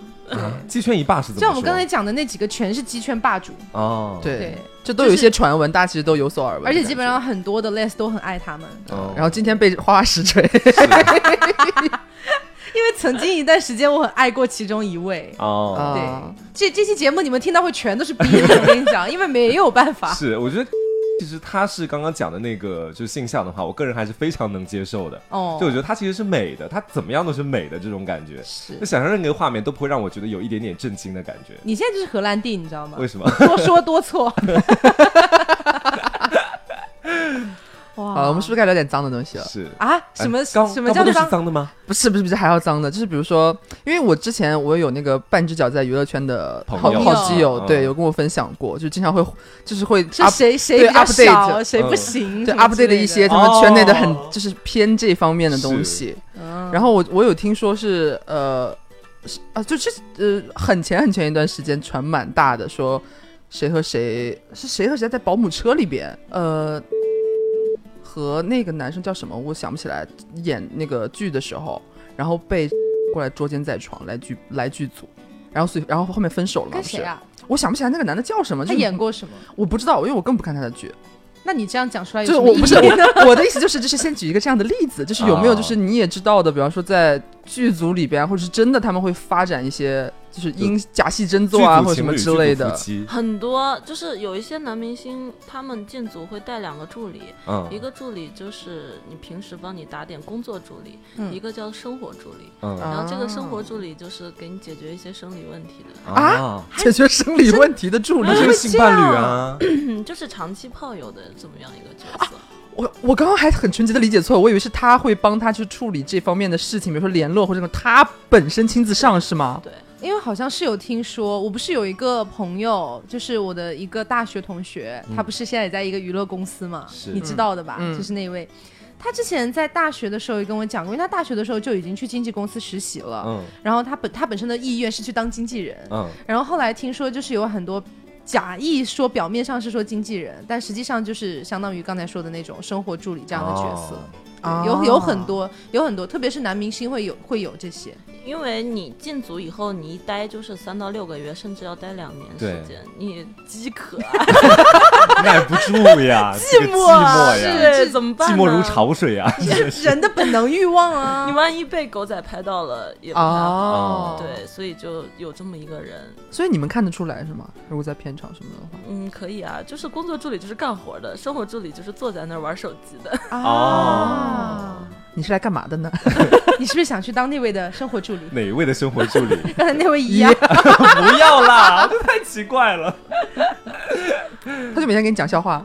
鸡嗯圈一霸是怎么说？像我们刚才讲的那几个全是鸡圈霸主，哦，，对对，，这都有一些传闻，大家其实都有所耳闻，而且基本上。很多的 less 都很爱他们，哦然后今天被花花实锤， 因为曾经一段时间我很爱过其中一位。哦，啊，这这期节目你们听到会全都是逼的，我跟你 讲，因为没有办啊法。是，我觉得 其实他是刚刚讲的那个就是性向的话，我个人还是非常能接受的。哦，就我觉得她其实是美的，她怎么样都是美的这种感觉，是就想象任何画面都不会让我觉得有一点点震惊的感觉。你现在就是荷兰弟，你知嗯道吗为？什么？多说多 错。哇，好了，我们是不是该聊点脏的东西了？是啊？什么哎刚什么叫刚不都脏是？脏的吗？不是不是不是还要脏的，就是比如说，因为我之前我有那个半只脚在娱乐圈的好朋友好基友，嗯对，有跟我分享过，就经常会就是会是 up 谁谁对比较 update 少，谁不嗯行？对什么 update 之的类一些的他们圈内的很哦就是偏这方面的东是西。嗯然后我我有听说是呃是啊，就这呃很前很前一段时间传蛮大的，说谁和谁是谁和谁在保姆车里边，呃，和那个男生叫什么我想不起来，演那个剧的时候，然后被 过来捉奸在床来剧来剧组。然后所以，然后后面分手了嘛？跟不是谁？啊？我想不起来那个男的叫什么。他就是演过什么？我不知道，因为我更不看他的剧。那你这样讲出来有就什是么我意不义是呢？我我的意思就是，就是先举一个这样的例子，哦就是有没有就是你也知道的，比方说在剧组里边，或者是真的他们会发展一些就是因假戏真做啊，剧或组者什情么侣之类剧组的夫。妻很多就是有一些男明星，他们进组会带两个助理，一嗯个助理就是你平时帮你打点工作助理，嗯一个叫生活助理。嗯然后这个生活啊助理就是给你解决一些生理问题的，啊，解决生理问题的助理哎你，这个性伴侣啊，嗯，就是长期泡友的这么样一个角啊色。哎我我刚刚还很纯洁的理解错，我以为是他会帮他去处理这方面的事情，比如说联络或者什么，他本身亲自上是吗？对，因为好像是有听说，我不是有一个朋友，就是我的一个大学同学，他不是现在也在一个娱乐公司嘛，是你知道的吧？嗯就是那位，他之前在大学的时候也跟我讲过，因为他大学的时候就已经去经纪公司实习了，嗯然后他本他本身的意愿是去当经纪人，嗯然后后来听说就是有很多。假意说表面上是说经纪人，但实际上就是相当于刚才说的那种生活助理这样的角色，哦 啊，有有很多有很多，特别是男明星会有会有这些，因为你进组以后，你一待就是三到六个月，甚至要待两年时间，你饥渴啊，哦，耐不住 呀，这 个寂啊寞呀，对，怎么办寂呢？寞如。潮水啊， 人的本能欲望啊。你万一被狗仔拍到了也不太好。哦，，对，所以就有这么一个人，所以你们看得出来是吗？如果在片场什么的话，嗯，可以啊，就是工作助理就是干活的，生活助理就是坐在那儿玩手机的。 哦啊，你是来干嘛的呢？ 你是不是想去当那位的生活 助理？哪一位的生活助 理？刚才那位一样，不要啦，这太奇怪了。他就每天给你讲笑话，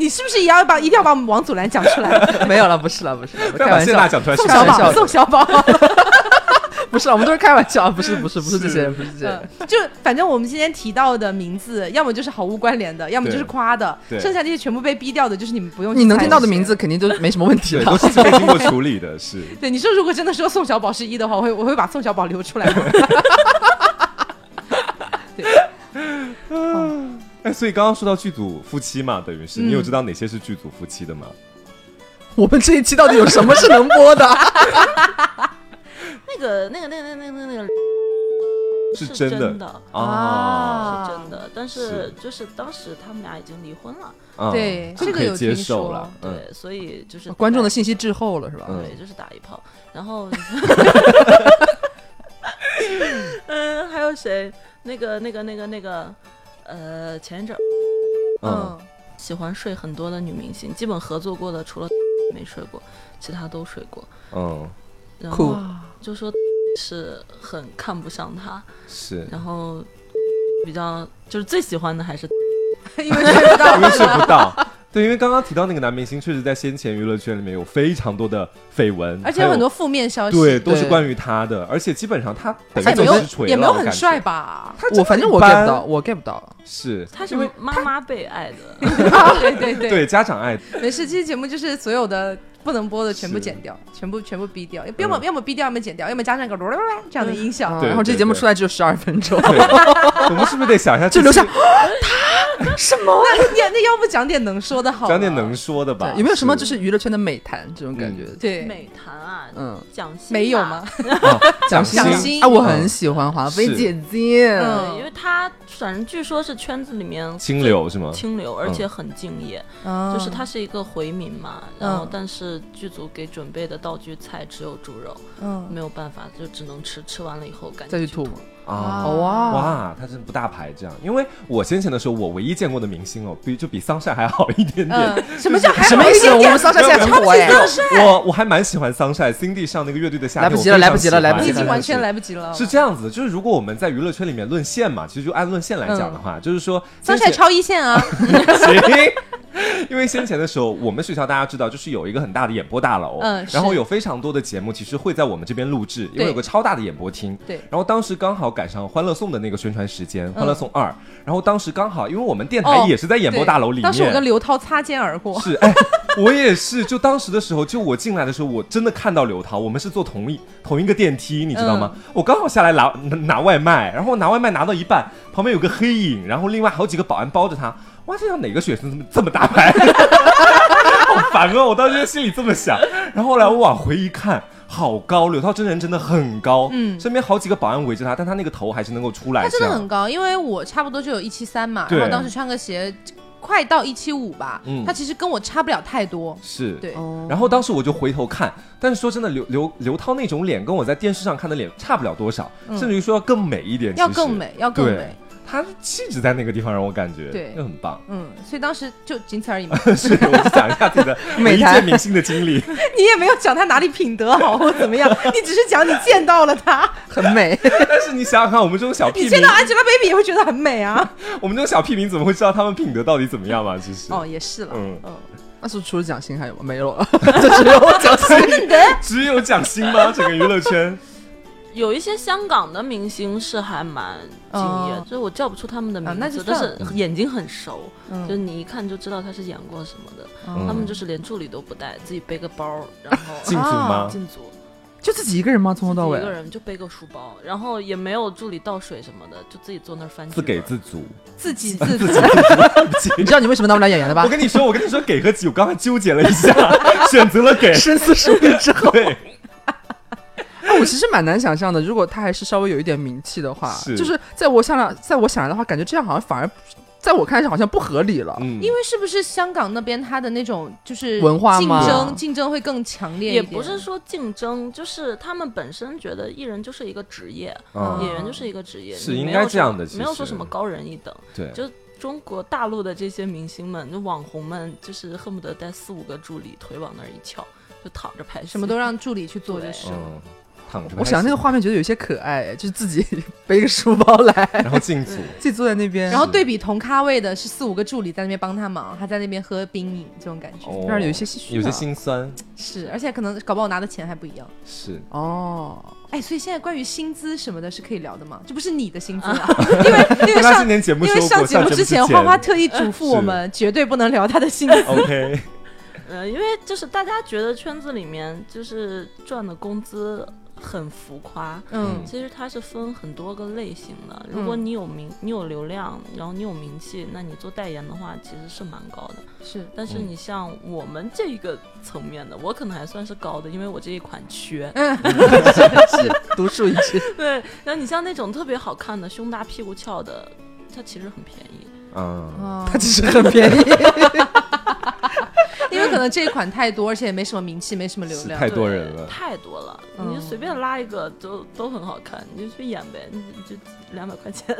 你是不是也要把一定要把我们王祖蓝讲出 来？ 没有了，不是了，不是了，开再把玩谢娜笑，讲出来是宋不小是，开玩笑宝，的宋小宝，不是，我们都是开玩笑，不 是，不是，不是这些人，不是这些人。嗯 就反正我们今天提到的名字，要么就是毫无关联的，要么就是夸的，对对剩下这些全部被逼掉的，就是你们不用去你能猜听到是的谁名字。肯定就没什么问题对，了都。是被经过处理 的，是。对，你说如果真的说宋小宝是一的话，我会我会把宋小宝留出来吗。哎，所以刚刚说到剧组夫妻嘛，等于是嗯你有知道哪些是剧组夫妻的吗？ 我们这一期到底有什么是能播的？那个、那个、那个、那个、那个、那个是是真真的的，啊，啊是真的，但是是就是当时他们俩已经离婚了，嗯对这这个可以有接听受说了，嗯，对，所以就是 哦观众的打信息滞后了是吧？嗯对，就是打一炮，然 后，嗯，还有谁？那个、那个、那个、那个，呃，前一阵儿 嗯嗯，喜欢睡很多的女明星，基本合作过的除了 没睡过，其他都睡过，嗯，然酷后就说 是很看不上他，是，然后比较就是最喜欢的还是 因为看不 到。因为睡不到。对，因为刚刚提到那个男明星，确实在先前娱乐圈里面有非常多的绯 闻，而且还有有很多负面消息，对，都是对关于他的，而且基本上他等也于没就有是锤了，也没有我很感帅觉， 吧？他我反正我一 get 般不到，我 get 不到。是他是妈妈被爱的。对对对对 家长爱，没事，这期节目就是所有的不能播的全部剪掉，全部全部逼掉，要么、嗯要么逼掉，要么剪掉，要么加上个噜噜噜这样的音效。啊对然后这对节目对出来只有十二分钟，对，我们是不是得想一下就这期，留下 什 么？那那那要不讲点能说的好？啊讲点能。说的吧？有没有什 么就是娱乐圈的美谈这种感觉？对，美谈啊，嗯，蒋欣没有吧吗？？讲心蒋欣啊，我很喜欢华妃姐姐，嗯对，因为他反正据说是圈子里面清流是吗？清流，而且很敬业，嗯就是他是一个回民嘛。然后，但是剧组给准备的道具菜只有猪肉，嗯，没有办法，就只能吃。吃完了以后赶再紧去去吐。啊。哦哇，哇，他真不大牌这样，因为我先前的时候，我唯一见过的明星哦，比就比桑晒还好一点点，嗯，什么叫还什么意思？我们桑葚现在很火哎没，有我我还蛮喜欢桑晒，Cindy 上那个乐队的夏天，来不及了我非常来不及喜了欢来不你及已了经完全是来不及了。是这样子的，就是如果我们在娱乐圈里面论线嘛，其实就按论线来讲的话，嗯就是说桑晒先前超一线啊，行。因为先前的时候，我们学校大家知道，就是有一个很大的演播大楼，嗯然后是有非常多的节目，其实会在我们这边录制，因为对有个超大的演播厅。对嗯然后当时刚好赶上《欢乐颂》的那个宣传时间，《欢乐颂二》，然后当时刚好，因为我们电台哦也是在 演播大楼里面，当时我跟刘涛擦肩而过，是，哎，我也是。就当时的时候，就我进来的时候，我真的看到刘涛，我们是坐同一同一个电梯，你知道嗯吗？我刚好下来拿拿拿外卖，然后拿外卖拿到一半，旁边有个黑影，然后另外好几个保安包着他。哇，这样哪个学生这么这么大牌？ 好烦哦！我当时心里这么想，然后后来我往回一看，好高，刘涛真人真的很高，嗯，身边好几个保安围着他，但他那个头还是能够出来，他真的这样很高，因为我差不多就有一七三嘛，对然后当时穿个鞋快到一七五吧，嗯他其实跟我差不了太多。是，对，哦 然后当时我就回头看，但是说真的，刘刘刘涛那种脸跟我在电视上看的脸差不了多少，嗯甚至于说要更美一点，要其实更。美，要更对美。她气质在那个地方让我感觉对。就很棒 嗯，所以当时就仅此而已嘛。是，我就讲一下 自己的美每一届谈明星的经历。你也没有讲他哪里品德好或怎么样，你只是讲你见到了 他，很美，但是你想想看，我们这种小你屁见民到，Angelababy 也会觉得很美 啊。我们这种小屁民怎么会知道他们品德到底怎么样嘛？其实，哦，也是了。嗯，嗯， 那是除了蒋欣还有吗？没 了，就只有蒋欣。只有蒋欣吗？整个娱乐圈， 有一些香港的明星是还蛮敬业哦，就是我叫不出他们的名啊那就字，算但了是眼睛很熟，嗯哦就是你一看就知道他是演过什么的。嗯他们就是连助理都不带，自己背个包，然后 啊进啊组吗？哦进组，就自己一个人吗？从头嗯到自己一个尾？人就背个书包，然后也没有助理倒水什么的，就自己坐那儿翻剧自本给嗯自 足。自给自足，你知道你为什么当不了演员了吧我？跟你说，我跟你说，给和给，我刚才纠结了一下， 选择了给。深思熟虑之 后，对，哎我其实蛮难想象的。如果他还是稍微有一点名气的话，是就是在我想来，在我想来的话，感觉这样好像反而，在我看来是好像不合理了。嗯，因为是不是香港那边他的那种就是文化竞吗争竞争会更强烈一也点？不是说竞争，就是他们本身觉得艺人就是一个职业，嗯演员就是一个职业，是你应没该有这什么样的其没有说实什么高人一等。对，就中国大陆的这些明星们，就网红们，就是恨不得带四五个助理，腿往那儿一翘，就躺着拍戏，什么都让助理去做就是了。嗯，躺着拍戏。我想那个画面觉得有些可爱，就是自己背个书包 来，然后 进组，自己坐在那边，然后对比同咖位的是四五个助理在那边帮他忙，他在那边喝冰饮，这种感觉、哦让人有一些啊唏嘘有呢些心酸。是，而且可能搞不好拿的钱还不一样。是，哦，哎，所以现在关于薪资什么的是可以聊的吗？这不是你的薪资 啊，因为因为他上今年节目因说为过，上节节目目之前，花花特意嘱咐我们绝对不能聊他的薪 资。 OK，呃，因为就是大家觉得圈子里面就是赚的工资很浮夸，嗯其实它是分很多个类型的。如果嗯你有名，你有流量，然后你有名气，那你做代言的话，其实是蛮高的。是，但是嗯你像我们这一个层面的，我可能还算是高的，因为我这一款缺。是独树一 帜。 对，然后你像那种特别好看的胸大屁股翘的，它其实很便宜。嗯， 哦它其实很便宜，因为可能这一款太多，而且也没什么名气，没什么流是量太。对多人了太多了，嗯你就随便拉一个都都很好看，你就去演呗，你就两百块钱。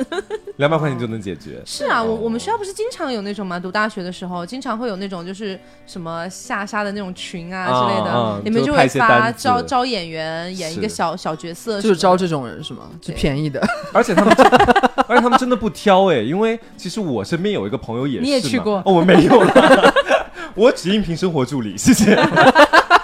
两百块钱就能解决。是啊，我哦我们学校不是经常有那种嘛，读大学的时候经常会有那种就是什么下沙的那种群啊之类的，啊啊里面就就派会一些发单子招招演员，演一个是小小角色什么的，就是招这种人是吗？就便宜的，而且他们， 而且他们真的不挑哎，因为其实我身边有一个朋友也是嘛，你也去过哦，我没有了， 我只应聘生活助理，谢谢。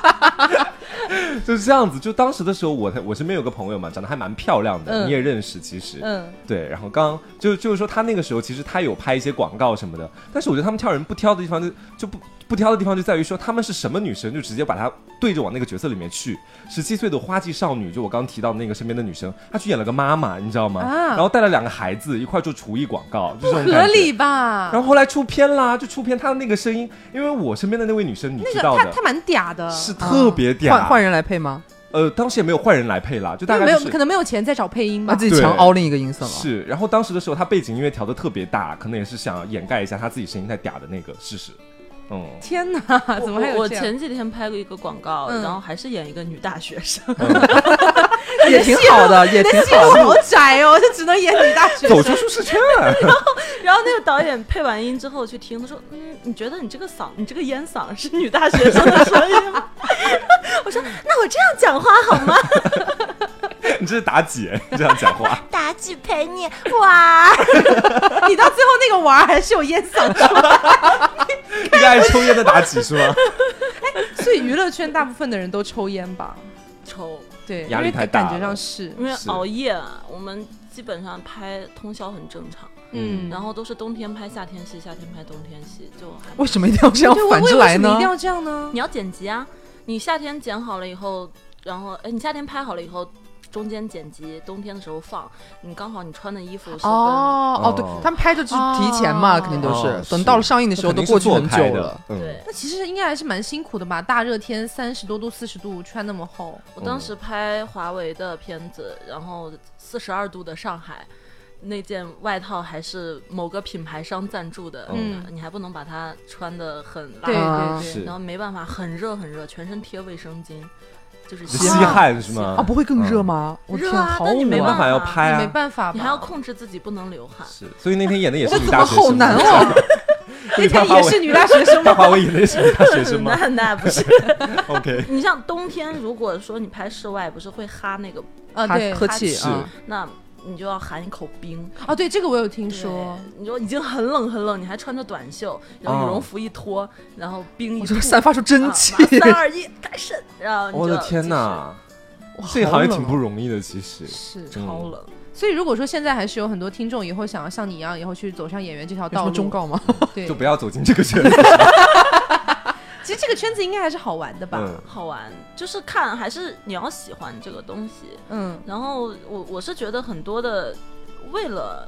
就是这样子，就当时的时候，我我身边有个朋友嘛，长得还蛮漂亮的，嗯你也认识，其实，嗯，对，然后刚就就是说他那个时候其实他有拍一些广告什么的，但是我觉得他们挑人不挑的地方就就不不挑的地方就在于说他们是什么女生就直接把她对着往那个角色里面去。十七岁的花季少女，就我刚提到那个身边的女生，她去演了个妈妈，你知道吗？啊然后带了两个孩子一块做厨艺广告，就这种合感觉理。吧？然后后来出片啦，就出片她的那个声音，因为我身边的那位女生你那知个嗯道他的，他蛮嗲的，是特别嗲，换换人来配吗？呃，当时也没有换人来配啦，就大因为概没就有是啊可能没有钱再找配音把吧。自己强对凹另一个音色了。是，然后当时的时候，他背景音乐调的特别大，可能也是想掩盖一下他自己声音太嗲的那个事实。嗯，天哪，怎么还我有我这样？前几天拍过一个广告，嗯然后还是演一个女大学生， 也挺好的，也你挺的戏好路 的。好窄哦，就只能演女大学走生。出舒适圈。然后那个导演配完音之后去听，他说：“嗯，你觉得你这个嗓，你这个烟嗓是女大学生的声音吗？” 我说：“那我这样讲话好吗？你这是妲己这样讲话，妲己陪你哇。” 你到最后那个娃儿还是有烟嗓出来。一个爱抽烟的妲己是吗？ 所以娱乐圈大部分的人都抽烟吧？抽，对，压力因为太大感觉了上是，因为是熬夜啊，我们基本上拍通宵很正常，嗯，然后都是冬天拍夏天戏，夏天拍冬天戏，就还 为什么一定要这样对，我反为着什来么呢一定？要这样呢？你要剪辑啊，你夏天剪好了以后，然后哎，你夏天拍好了以后。中间剪辑，冬天的时候放，你刚好你穿的衣服是跟、哦哦，对哦，他们拍的就是提前嘛，哦肯定都哦是是等到了上映的时候肯都定过是去做很开久的了。。嗯，对。那其实应该还是蛮辛苦的吧？大热天三十多度、四十度，穿那么厚，我当时拍华为的片子，然后四十二度的上海，那件外套还是某个品牌商赞助的，嗯你还不能把它穿的很辣，对啊对是对，然后没办法，很热很热，全身贴卫生巾，就是吸啊汗是吗？啊，不会更热嗯吗？我天，热啊好但你恶没办啊！法要拍你没啊，办法吧，你 还要控制自己不能流汗。是，所以那天演的也是我女怎大么学好生难吗，啊 哦？那天也是女大学生大吗？华为演的也是女 大学生吗 那那 不是， ？OK，你像冬天，如果说你拍室外，不是会哈那个，啊，哈对，呵哈气呃气啊，那你就要含一口冰。啊，对，这个我有听说。对你说已经很冷很冷，你还穿着短袖，然后羽哦绒服一脱，然后冰一我吐就散发出蒸汽。啊马上三二一，开始！然后你就我的天哪，哪， 这行业挺不容容易的，其实是，超冷。所以如果说现在还是有很多听众以后想要像你一样，以后去走上演员这条有什道么路，忠 告吗？对，就不要走进这个圈子。其实这个圈子应该还是好玩的吧？嗯，好玩，就是看还是你要喜欢这个东西。嗯然后我我是觉得很多的，为了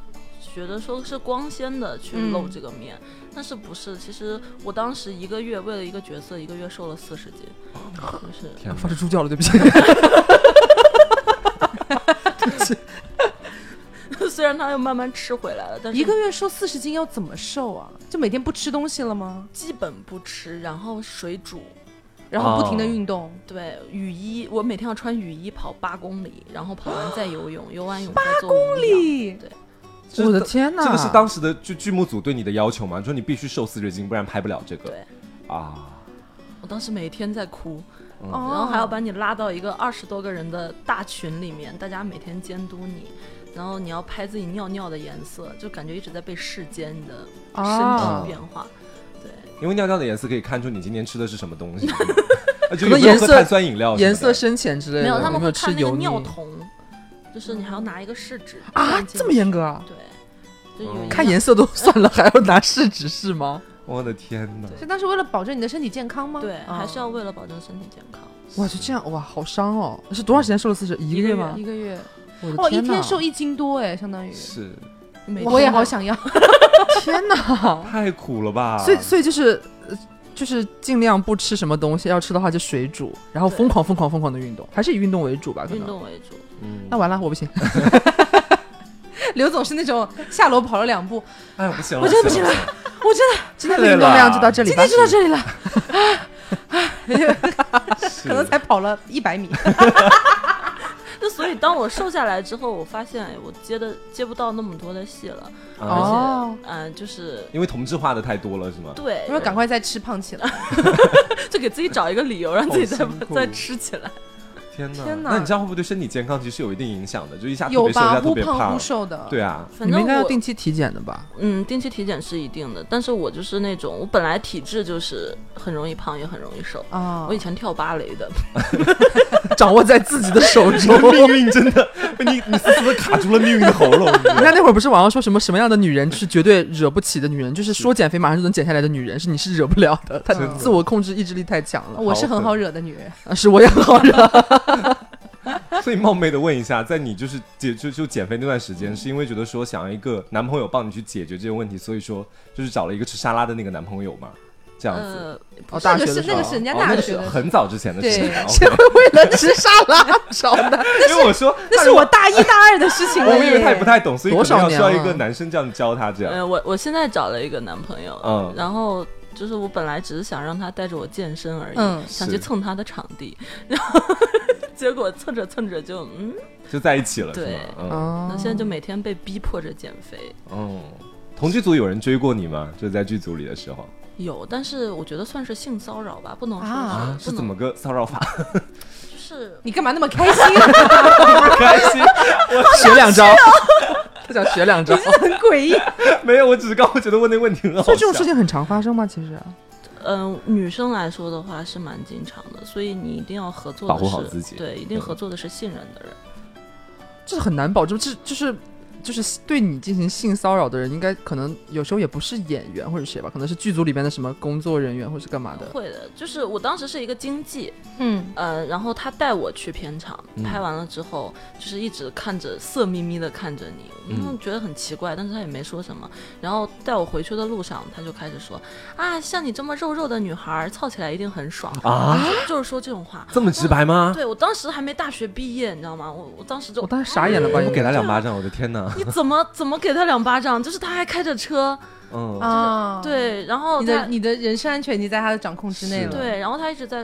觉得说是光鲜的去嗯露这个面，但是不是？其实我当时一个月为了一个角色，一个月瘦了四十斤，哦就是天哪发出猪叫了，对不起。 虽然它又慢慢吃回来了，但是一个月瘦四十斤要怎么瘦啊？就每天不吃东西了吗？基本不吃，然后水煮。然后不停的哦运动，对，雨衣，我每天要穿雨衣跑八公里，然后跑完再游泳，游完泳再做八公力对，这 我的天哪！这个是当时的剧剧目组对你的要求吗？说你必须瘦四十斤，不然拍不了这个对。啊。我当时每天在哭，嗯哦然后还要把你拉到一个二十多个人的大群里面，大家每天监督你，然后你要拍自己尿尿的颜色，就感觉一直在被世间你的身啊体变化。对，因为尿尿的颜色可以看出你今天吃的是什么东 西，啊就可有能没有颜喝色碳酸饮料什么的，颜色深浅之类的，没有，他们有没有会吃看那个油腻尿酮，就是你还要拿一个试纸啊蘸？进这么去严格啊？对，就有一嗯个看颜色都算了，还要拿试纸是吗？我的天哪！所以当时为了保证你的身体健康吗？对，啊还是要为了保证身体健康。哇，就这样哇，好伤哦！是多长时间瘦了四十？一个月吗一？个月，我哇，哦的一天天哪！ 瘦一斤多哎，相当于，是每我也天好想要。 天哪！太苦了吧？所以所以就是呃就是尽量不吃什么东西，要吃的话就水煮，然后疯狂疯狂疯狂的运动，还是以运动为主吧？可运能。动为主。嗯那完了，我 不行，刘总是那种下楼跑了两步，哎，不行了，我真的不行了，我真的今天累的运动了量就到这里今吧天。就到这里了，是可能才跑了一百米。那所以当我瘦下来之后，我发现哎我接的接不到那么多的戏了，而啊且哦嗯、就是因为同质化的太多了，是吗？对我，说赶快再吃胖起来，就给自己找一个理由，让自己再好辛苦再吃起来。天哪！天哪那你这样会不会对身体健康其实有一定影响的？就一下特有别瘦，一吧？下特忽别胖胖忽，瘦的，对啊， 反你们正应该要我定期体检的吧？嗯定期体检是一定的，但是我就是那种我本来体质就是很容易胖，也很容易瘦。啊我以，前跳芭蕾的，掌握在自己的手 中。命运真的，你你死死的卡住了命运的喉咙。人家那会儿不是网上说什么什么样的女人是绝对惹不起的女人，就是说减肥马上就能减下来的女人，是你是惹不了的。她真的自我控制意志力太强了，我是很好惹的女人。啊是我也很好哦惹。 所以冒昧的问一下，在你就是解就就减肥那段时间，是因为觉得说想要一个男朋友帮你去解决这些问题，所以说就是找了一个吃沙拉的那个男朋友嘛，这样子。呃，哦，大那学个是的时那候个嗯 是人家哦，那大个学是的，很早之前的事情对了。谁会为了吃沙拉 找男？因为我说，那是我大一大二的事情 我了以为他也不耶。太懂，所以可多能少要需要年一了个男生这样教他这样。嗯，我我现在找了一个男朋友，嗯然后就是我本来只是想让他带着我健身而已，嗯想是去蹭他的场地， 然后结果蹭着蹭着就嗯，就在一起了，是对吗？嗯哦那现在就每天被逼迫着减肥。嗯。同剧组有人追过你吗？就在剧组里的时候有，但是我觉得算是性骚扰吧，不能说是、啊是不怎能么个骚扰法？ 就是你干嘛那么开心？ 不开心，学两招， 他想学两招。很诡异。没有，我只是刚我觉得问那个问题很好笑。所以这种事情很常发生吗？其实嗯、女生来说的话是蛮经常的，所以你一定要合作的保护好是自己对，一嗯定合作的是信任的人。这很难保证，这就是。就是对你进行性骚扰的人，应该可能有时候也不是演员或者谁吧，可能是剧组里边的什么工作人员或是干嘛的。会的，就是我当时是一个经纪，嗯，呃，然后他带我去片场，嗯拍完了之后，就是一直看着色眯眯的看着你，嗯嗯，觉得很奇怪，但是他也没说什么。然后带我回去的路上，他就开始说啊，像你这么肉肉的女孩儿，操起来一定很爽，啊，就就是说这种话。这么直白吗？啊对我当时还没大学毕业，你知道吗？我我当时就我当时傻眼了吧？我给他两巴掌，我的天哪！你怎么 怎么给他两巴掌？就是他还开着车，嗯，哦啊，，对，然后你他的你的人身安全已经在他的掌控之内是了。对，然后他一直在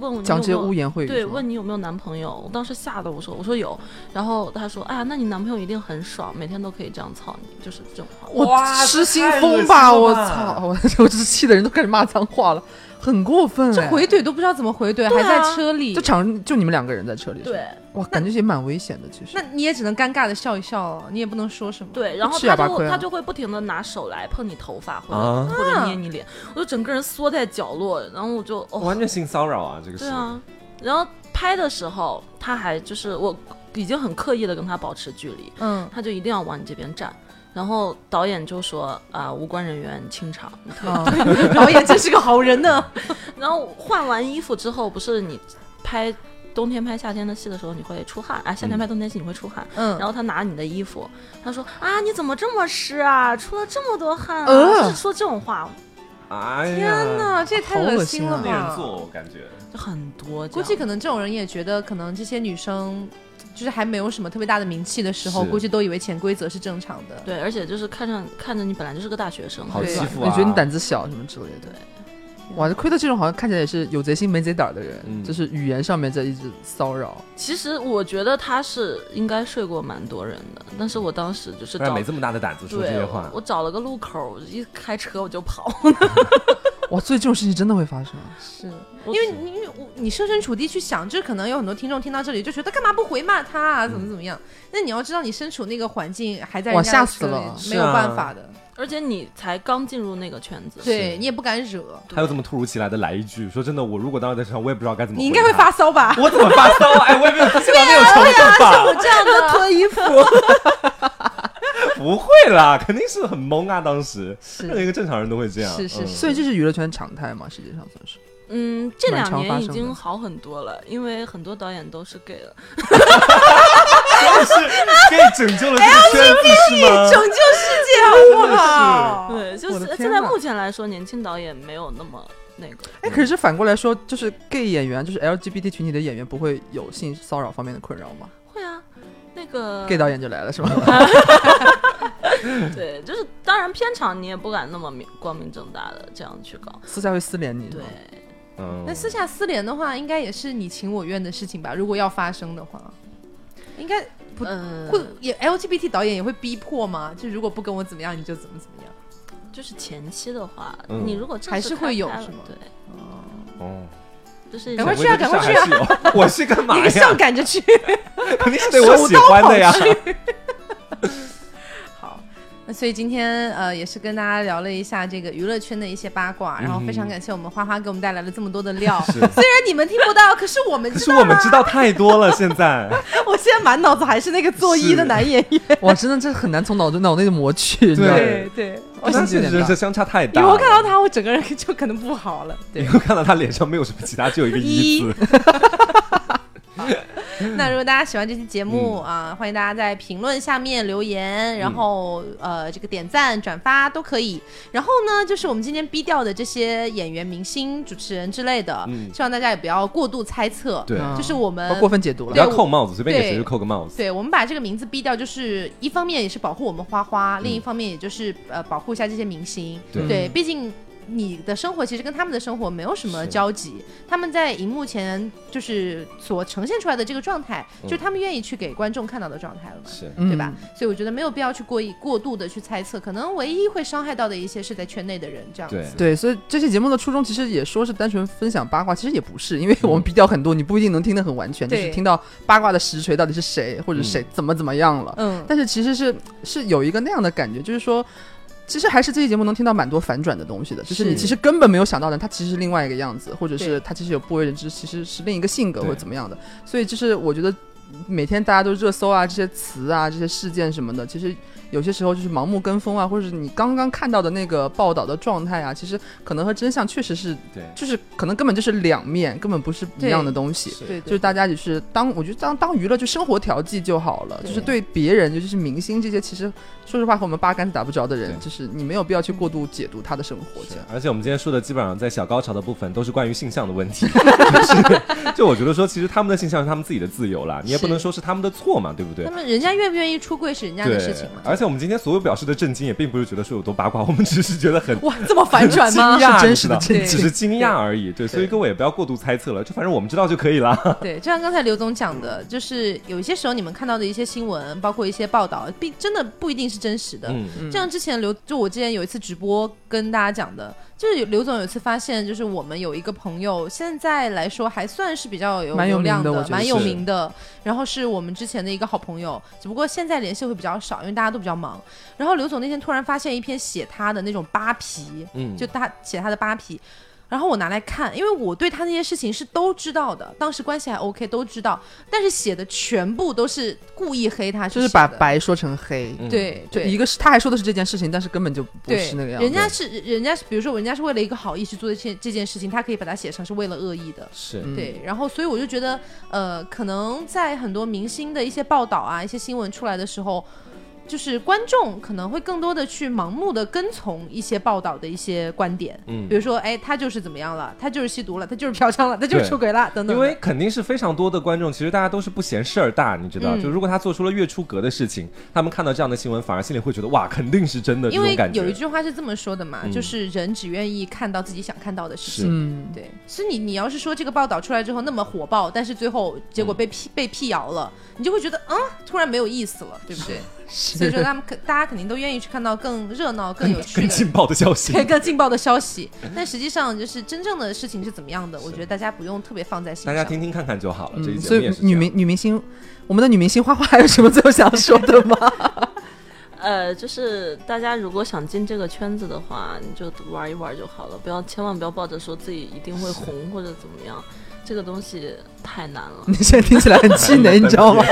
问我你讲有这些没有污言秽语，对，问你有没有男朋友，我当时吓得我说我说有，然后他说哎呀，那你男朋友一定很爽，每天都可以这样操你，就是这种话。我哇失心太恶疯心吧！了我吧操！ 我我这气的人都开始骂脏话了，很过分、哎。这回怼都不知道怎么回怼，还在车里这。场啊就你们两个人在车里，对，哇，感觉也蛮危险的，其实。那你也只能尴尬的笑一笑了，你也不能说什么。对，然后吃哑他巴就、亏啊他就会不停的拿手来碰你头发，或者、啊或者捏你脸，我就整个人缩在角落，然后我就哦，完全性骚扰啊，这个是对。啊，然后拍的时候他还就是我已经很刻意的跟他保持距离， 嗯，他就一定要往你这边站，然后导演就说啊、无关人员清场， 你退啊， 导演真是个好人 呢。然后换完衣服之后，不是你拍冬天拍夏天的戏的时候你会出汗啊，夏天拍冬天戏你会出汗。嗯，然后他拿你的衣服，他说啊你怎么这么湿啊，出了这么多汗啊，嗯呃就是说这种话哎天呀，哪，这也太好恶心心了啊吧！那人做我感觉，就很多这样，估计可能这种人也觉得，可能这些女生就是还没有什么特别大的名气的时候，是估计都以为潜规则是正常的。对，而且就是看上看着你本来就是个大学生，好对欺吧负我啊！觉得你胆子小什么之类的。哇，这亏得这种好像看起来也是有贼心没贼胆的人，嗯就是语言上面在一直骚扰。其实我觉得他是应该睡过蛮多人的，但是我当时哎就是但找哎没这么大的胆子说这对些话，哦我找了个路口，我一开车我就跑，哇，所以这种事情真的会发 生啊。是我因为你因为我你设身处地去想，这可能有很多听众听到这里就觉得干嘛不回骂他啊，怎么怎么样？那你要知道，你身处那个环境还在哇人家的嗯吓死车里了没有是啊办法的，而且你才刚进入那个圈子，对你也不敢惹，还有这么突如其来的来一句，说真的，我如果当时在车上，我也不知道该怎么。你应该会，发骚吧？我怎么发骚啊？哎，我也没 有之前没有冲动吧？这样的脱衣服， 不会啦，肯定是很懵啊，当时任何一个正常人都会这样。是是是嗯所以这是娱乐圈常态嘛，实际上算是。嗯，这蛮两常发年已生的经好很多了，因为很多导演都是 gay 了。是给拯救了这哎个圈子是吗？拯救世界好不好？对，就我的是天现在呐目前来说，年轻导演没有那么那个。嗯哎，可是反过来说，就是 gay 演员，就是 LGBT 群体的演员，不会有性骚扰方面的困扰吗会啊，那个？gay 导演就来了是吧？嗯对，就是当然片场你也不敢那么明光明正大的这样去搞。私下会私联你是对吧？，嗯那私下私联的话，应该也是你情我愿的事情吧？如果要发生的话，嗯应该不呃，会也 LGBT 导演也会逼迫吗？就如果不跟我怎么样，你就怎么怎么样？就是前期的话，嗯你如果正还式是开会有拍了是吗对，哦，就是赶快你去啊赶快去啊还是 有！哦我是干嘛你个呀上？赶着 去。肯定是对我喜欢的呀。好，那所以今天呃也是跟大家聊了一下这个娱乐圈的一些八卦，然后非常感谢我们花花给我们带来了这么多的料。虽嗯 是然你们听不到，可是我们可知是道我们啦知道太多了，现在我现在满脑子还是那个作揖的是男演员。哇，真的这很难从脑中脑内抹去，你知道吗？对对，我想起现来了实这相差太以大了。 后看到他，我整个人就可能不好了。对以。后看到他脸上没有什么其他，只有一个一字。那如果大家喜欢这期节嗯目啊、欢迎大家在评论下面留言，然后、嗯呃这个点赞、转发都可以。然后呢，就是我们今天逼掉的这些演员、明星、主持人之类的，嗯希望大家也不要过度猜测，对，啊嗯就是我们不要过分解读不了。要扣帽子，随便给对谁就扣个帽子。对我们把这个名字逼掉，就是一方面也是保护我们花嗯花，另一方面也就是呃保护一下这些明星。对毕竟你的生活其实跟他们的生活没有什么是交集，他们在荧幕前就是所呈现出来的这个状态，就是他们愿意去给观众看到的状态了嘛。嗯是，嗯对吧？？所以我觉得没有必要去过意过度的去猜测，可能唯一会伤害到的一些是在圈内的人这样子。对对，所以这期节目的初衷其实也说是单纯分享八卦，其实也不是，因为我们比较很多，你不一定能听得很完全，就对是听到八卦的实锤到底是谁或者谁怎么怎么样了。嗯，但是其实是是有一个那样的感觉，就是说，其实还是这期节目能听到蛮多反转的东西的，就是是你其实根本没有想到的，他其实是另外一个样子，或者对是他其实有不为人知，其实是另一个性格对或者怎么样的。所以就是我觉得每天大家都热搜啊，这些词啊，这些事件什么的，其实有些时候就是盲目跟风啊，或者是你刚刚看到的那个报道的状态啊，其实可能和真相确实是，对就是可能根本就是两面，根本不是一样的东西。对就是对，大家只是当我觉得当当娱乐就生活调剂就好了，对就是对别人，尤其是明星这些，其实说实话和我们八竿子打不着的人，对就是你没有必要去嗯过度解读他的生活。这样而且我们今天说的基本上在小高潮的部分都是关于性向的问 题，就是就我觉得说，其实他们的性向是他们自己的自由啦，你也不是能说是他们的错嘛，对不对他？们人家愿不愿意出柜是人家对的事情，嘛。而且我们今天所有表示的震惊，也并不是觉得说有多八卦，我们只是觉得 很哇，这么 反转吗惊？讶，是真实的你知道震惊只是惊讶而已。对，所以各位也不要过度猜测了，就反正我们知道就可以了。对，就像刚才刘总讲的，就是有一些时候你们看到的一些新闻，包括一些报道，并真的不一定是真实的。嗯，就像之前刘，就我之前有一次直播跟大家讲的，就是刘总有一次发现，就是我们有一个朋友，现在来说还算是比较有蛮有流量名的我觉得蛮有是名的。然后是我们之前的一个好朋友，只不过现在联系会比较少，因为大家都比较忙。然后刘总那天突然发现一篇写他的那种扒皮，嗯就他写他的扒皮。然后我拿来看，因为我对他那些事情是都知道的，当时关系还 OK，都知道。但是写的全部都是故意黑他，就是是把写的白说成黑，嗯对就对一个是他还说的是这件事情，但是根本就不对，是那个样子。人家是人家是，比如说人家是为了一个好意去做这件这件事情，他可以把它写成是为了恶意的。是嗯对，然后所以我就觉得，呃，可能在很多明星的一些报道啊、一些新闻出来的时候，就是观众可能会更多的去盲目的跟从一些报道的一些观点，嗯比如说，哎，他就是怎么样了，他就是吸毒了，他就是嗯嫖娼了，他就是对出轨了，等等因的。为肯定是非常多的观众，其实大家都是不嫌事儿大，你知道，嗯就如果他做出了越出格的事情，他们看到这样的新闻，反而心里会觉得哇，肯定是真的这因为种感觉。有一句话是这么说的嘛，嗯就是人只愿意看到自己想看到的事情。嗯，对，是你你要是说这个报道出来之后那么火爆，但是最后结嗯果被辟、被辟谣了，你就会觉得嗯，突然没有意思了，对不对？所以 说他们肯大家肯定都愿意去看到更热闹、更有趣 更的。劲爆的消 息对，，更劲爆的消息，但实际上就是真正的事情是怎么样的，我觉得大家不用特别放在心大上。家听听看看就好了。这一嗯节所目以也是这女样明女明星，我们的女明星花花还有什么最后想说 的吗？呃，就是大家如果想进这个圈子的话，你就玩一玩就好了，不要千万不要抱着说自己一定会红或者怎么样，这个东西太难了 你。现在听起来很气 馁，你知道吗？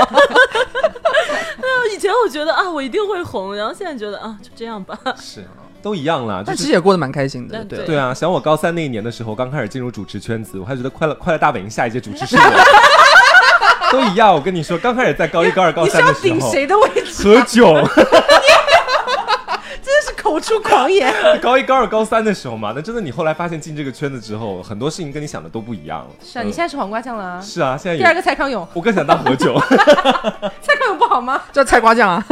以前我觉得啊，我一定会红，然后现在觉得啊，就这样吧。是都一样啦，就但是其实也过得蛮开心的，但对。对啊，想我高三那一年的时候，刚开始进入主持圈子，我还觉得快乐快乐大本营下一届主 持是我，都一样。我跟你说，刚开始在高一、高二、高你是三要的时顶候，谁的位置？何炅， 真是口出狂言。 高一、高二、高三的时候嘛，那真的你后来发现进这个圈子之后，很多事情跟你想的都不一样了。是啊，你现在是黄瓜酱了啊呃嗯。是啊，现在第二也个蔡康永，我更想当何 炅。蔡康永不好吗？ 叫菜瓜酱啊，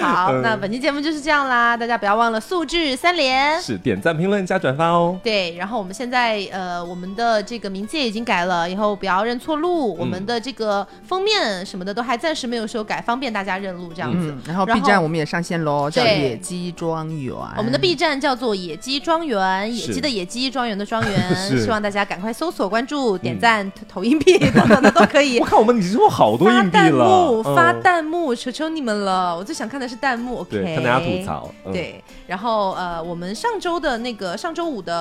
好，嗯那本期节目就是这样啦，大家不要忘了素质三连。是点赞、评论、加转发哦。对，然后我们现在呃，我们的这个名字也已经改了，以后不要认错路。我嗯们的这个封面什么的都还暂时没有修改，方便大家认路这样子。嗯，然后然 B 后站我们也上线喽，叫对野鸡庄园。我们的 B 站叫做野鸡庄园，野是鸡的野鸡，庄园的庄园。 是嗯希望大家赶快搜索、关注、点赞、投投硬币等等的都可以我。看我们已经有好多发硬币弹了幕，，发嗯弹幕，求求你们了！我最想看的是弹幕，OK？对，看大家吐槽。嗯，对，然后呃，我们上周的那个上周五的，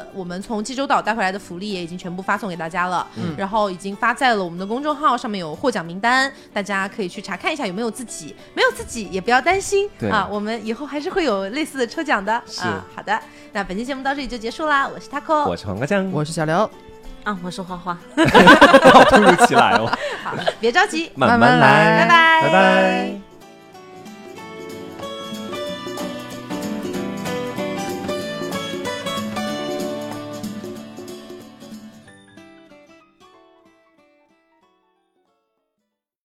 呃我们从济州岛带回来的福利也已经全部发送给大家了，嗯然后已经发在了我们的公众号上面有获奖名单，大家可以去查看一下有没有自己，没有自己也不要担心对啊，我们以后还是会有类似的抽奖的是啊。好的，那本期节目到这里就结束啦，我是 taco，我是黄瓜酱，我是小刘，啊，我是花花。好突如其来哦， 好，别着急，慢慢慢来，来拜拜，拜拜。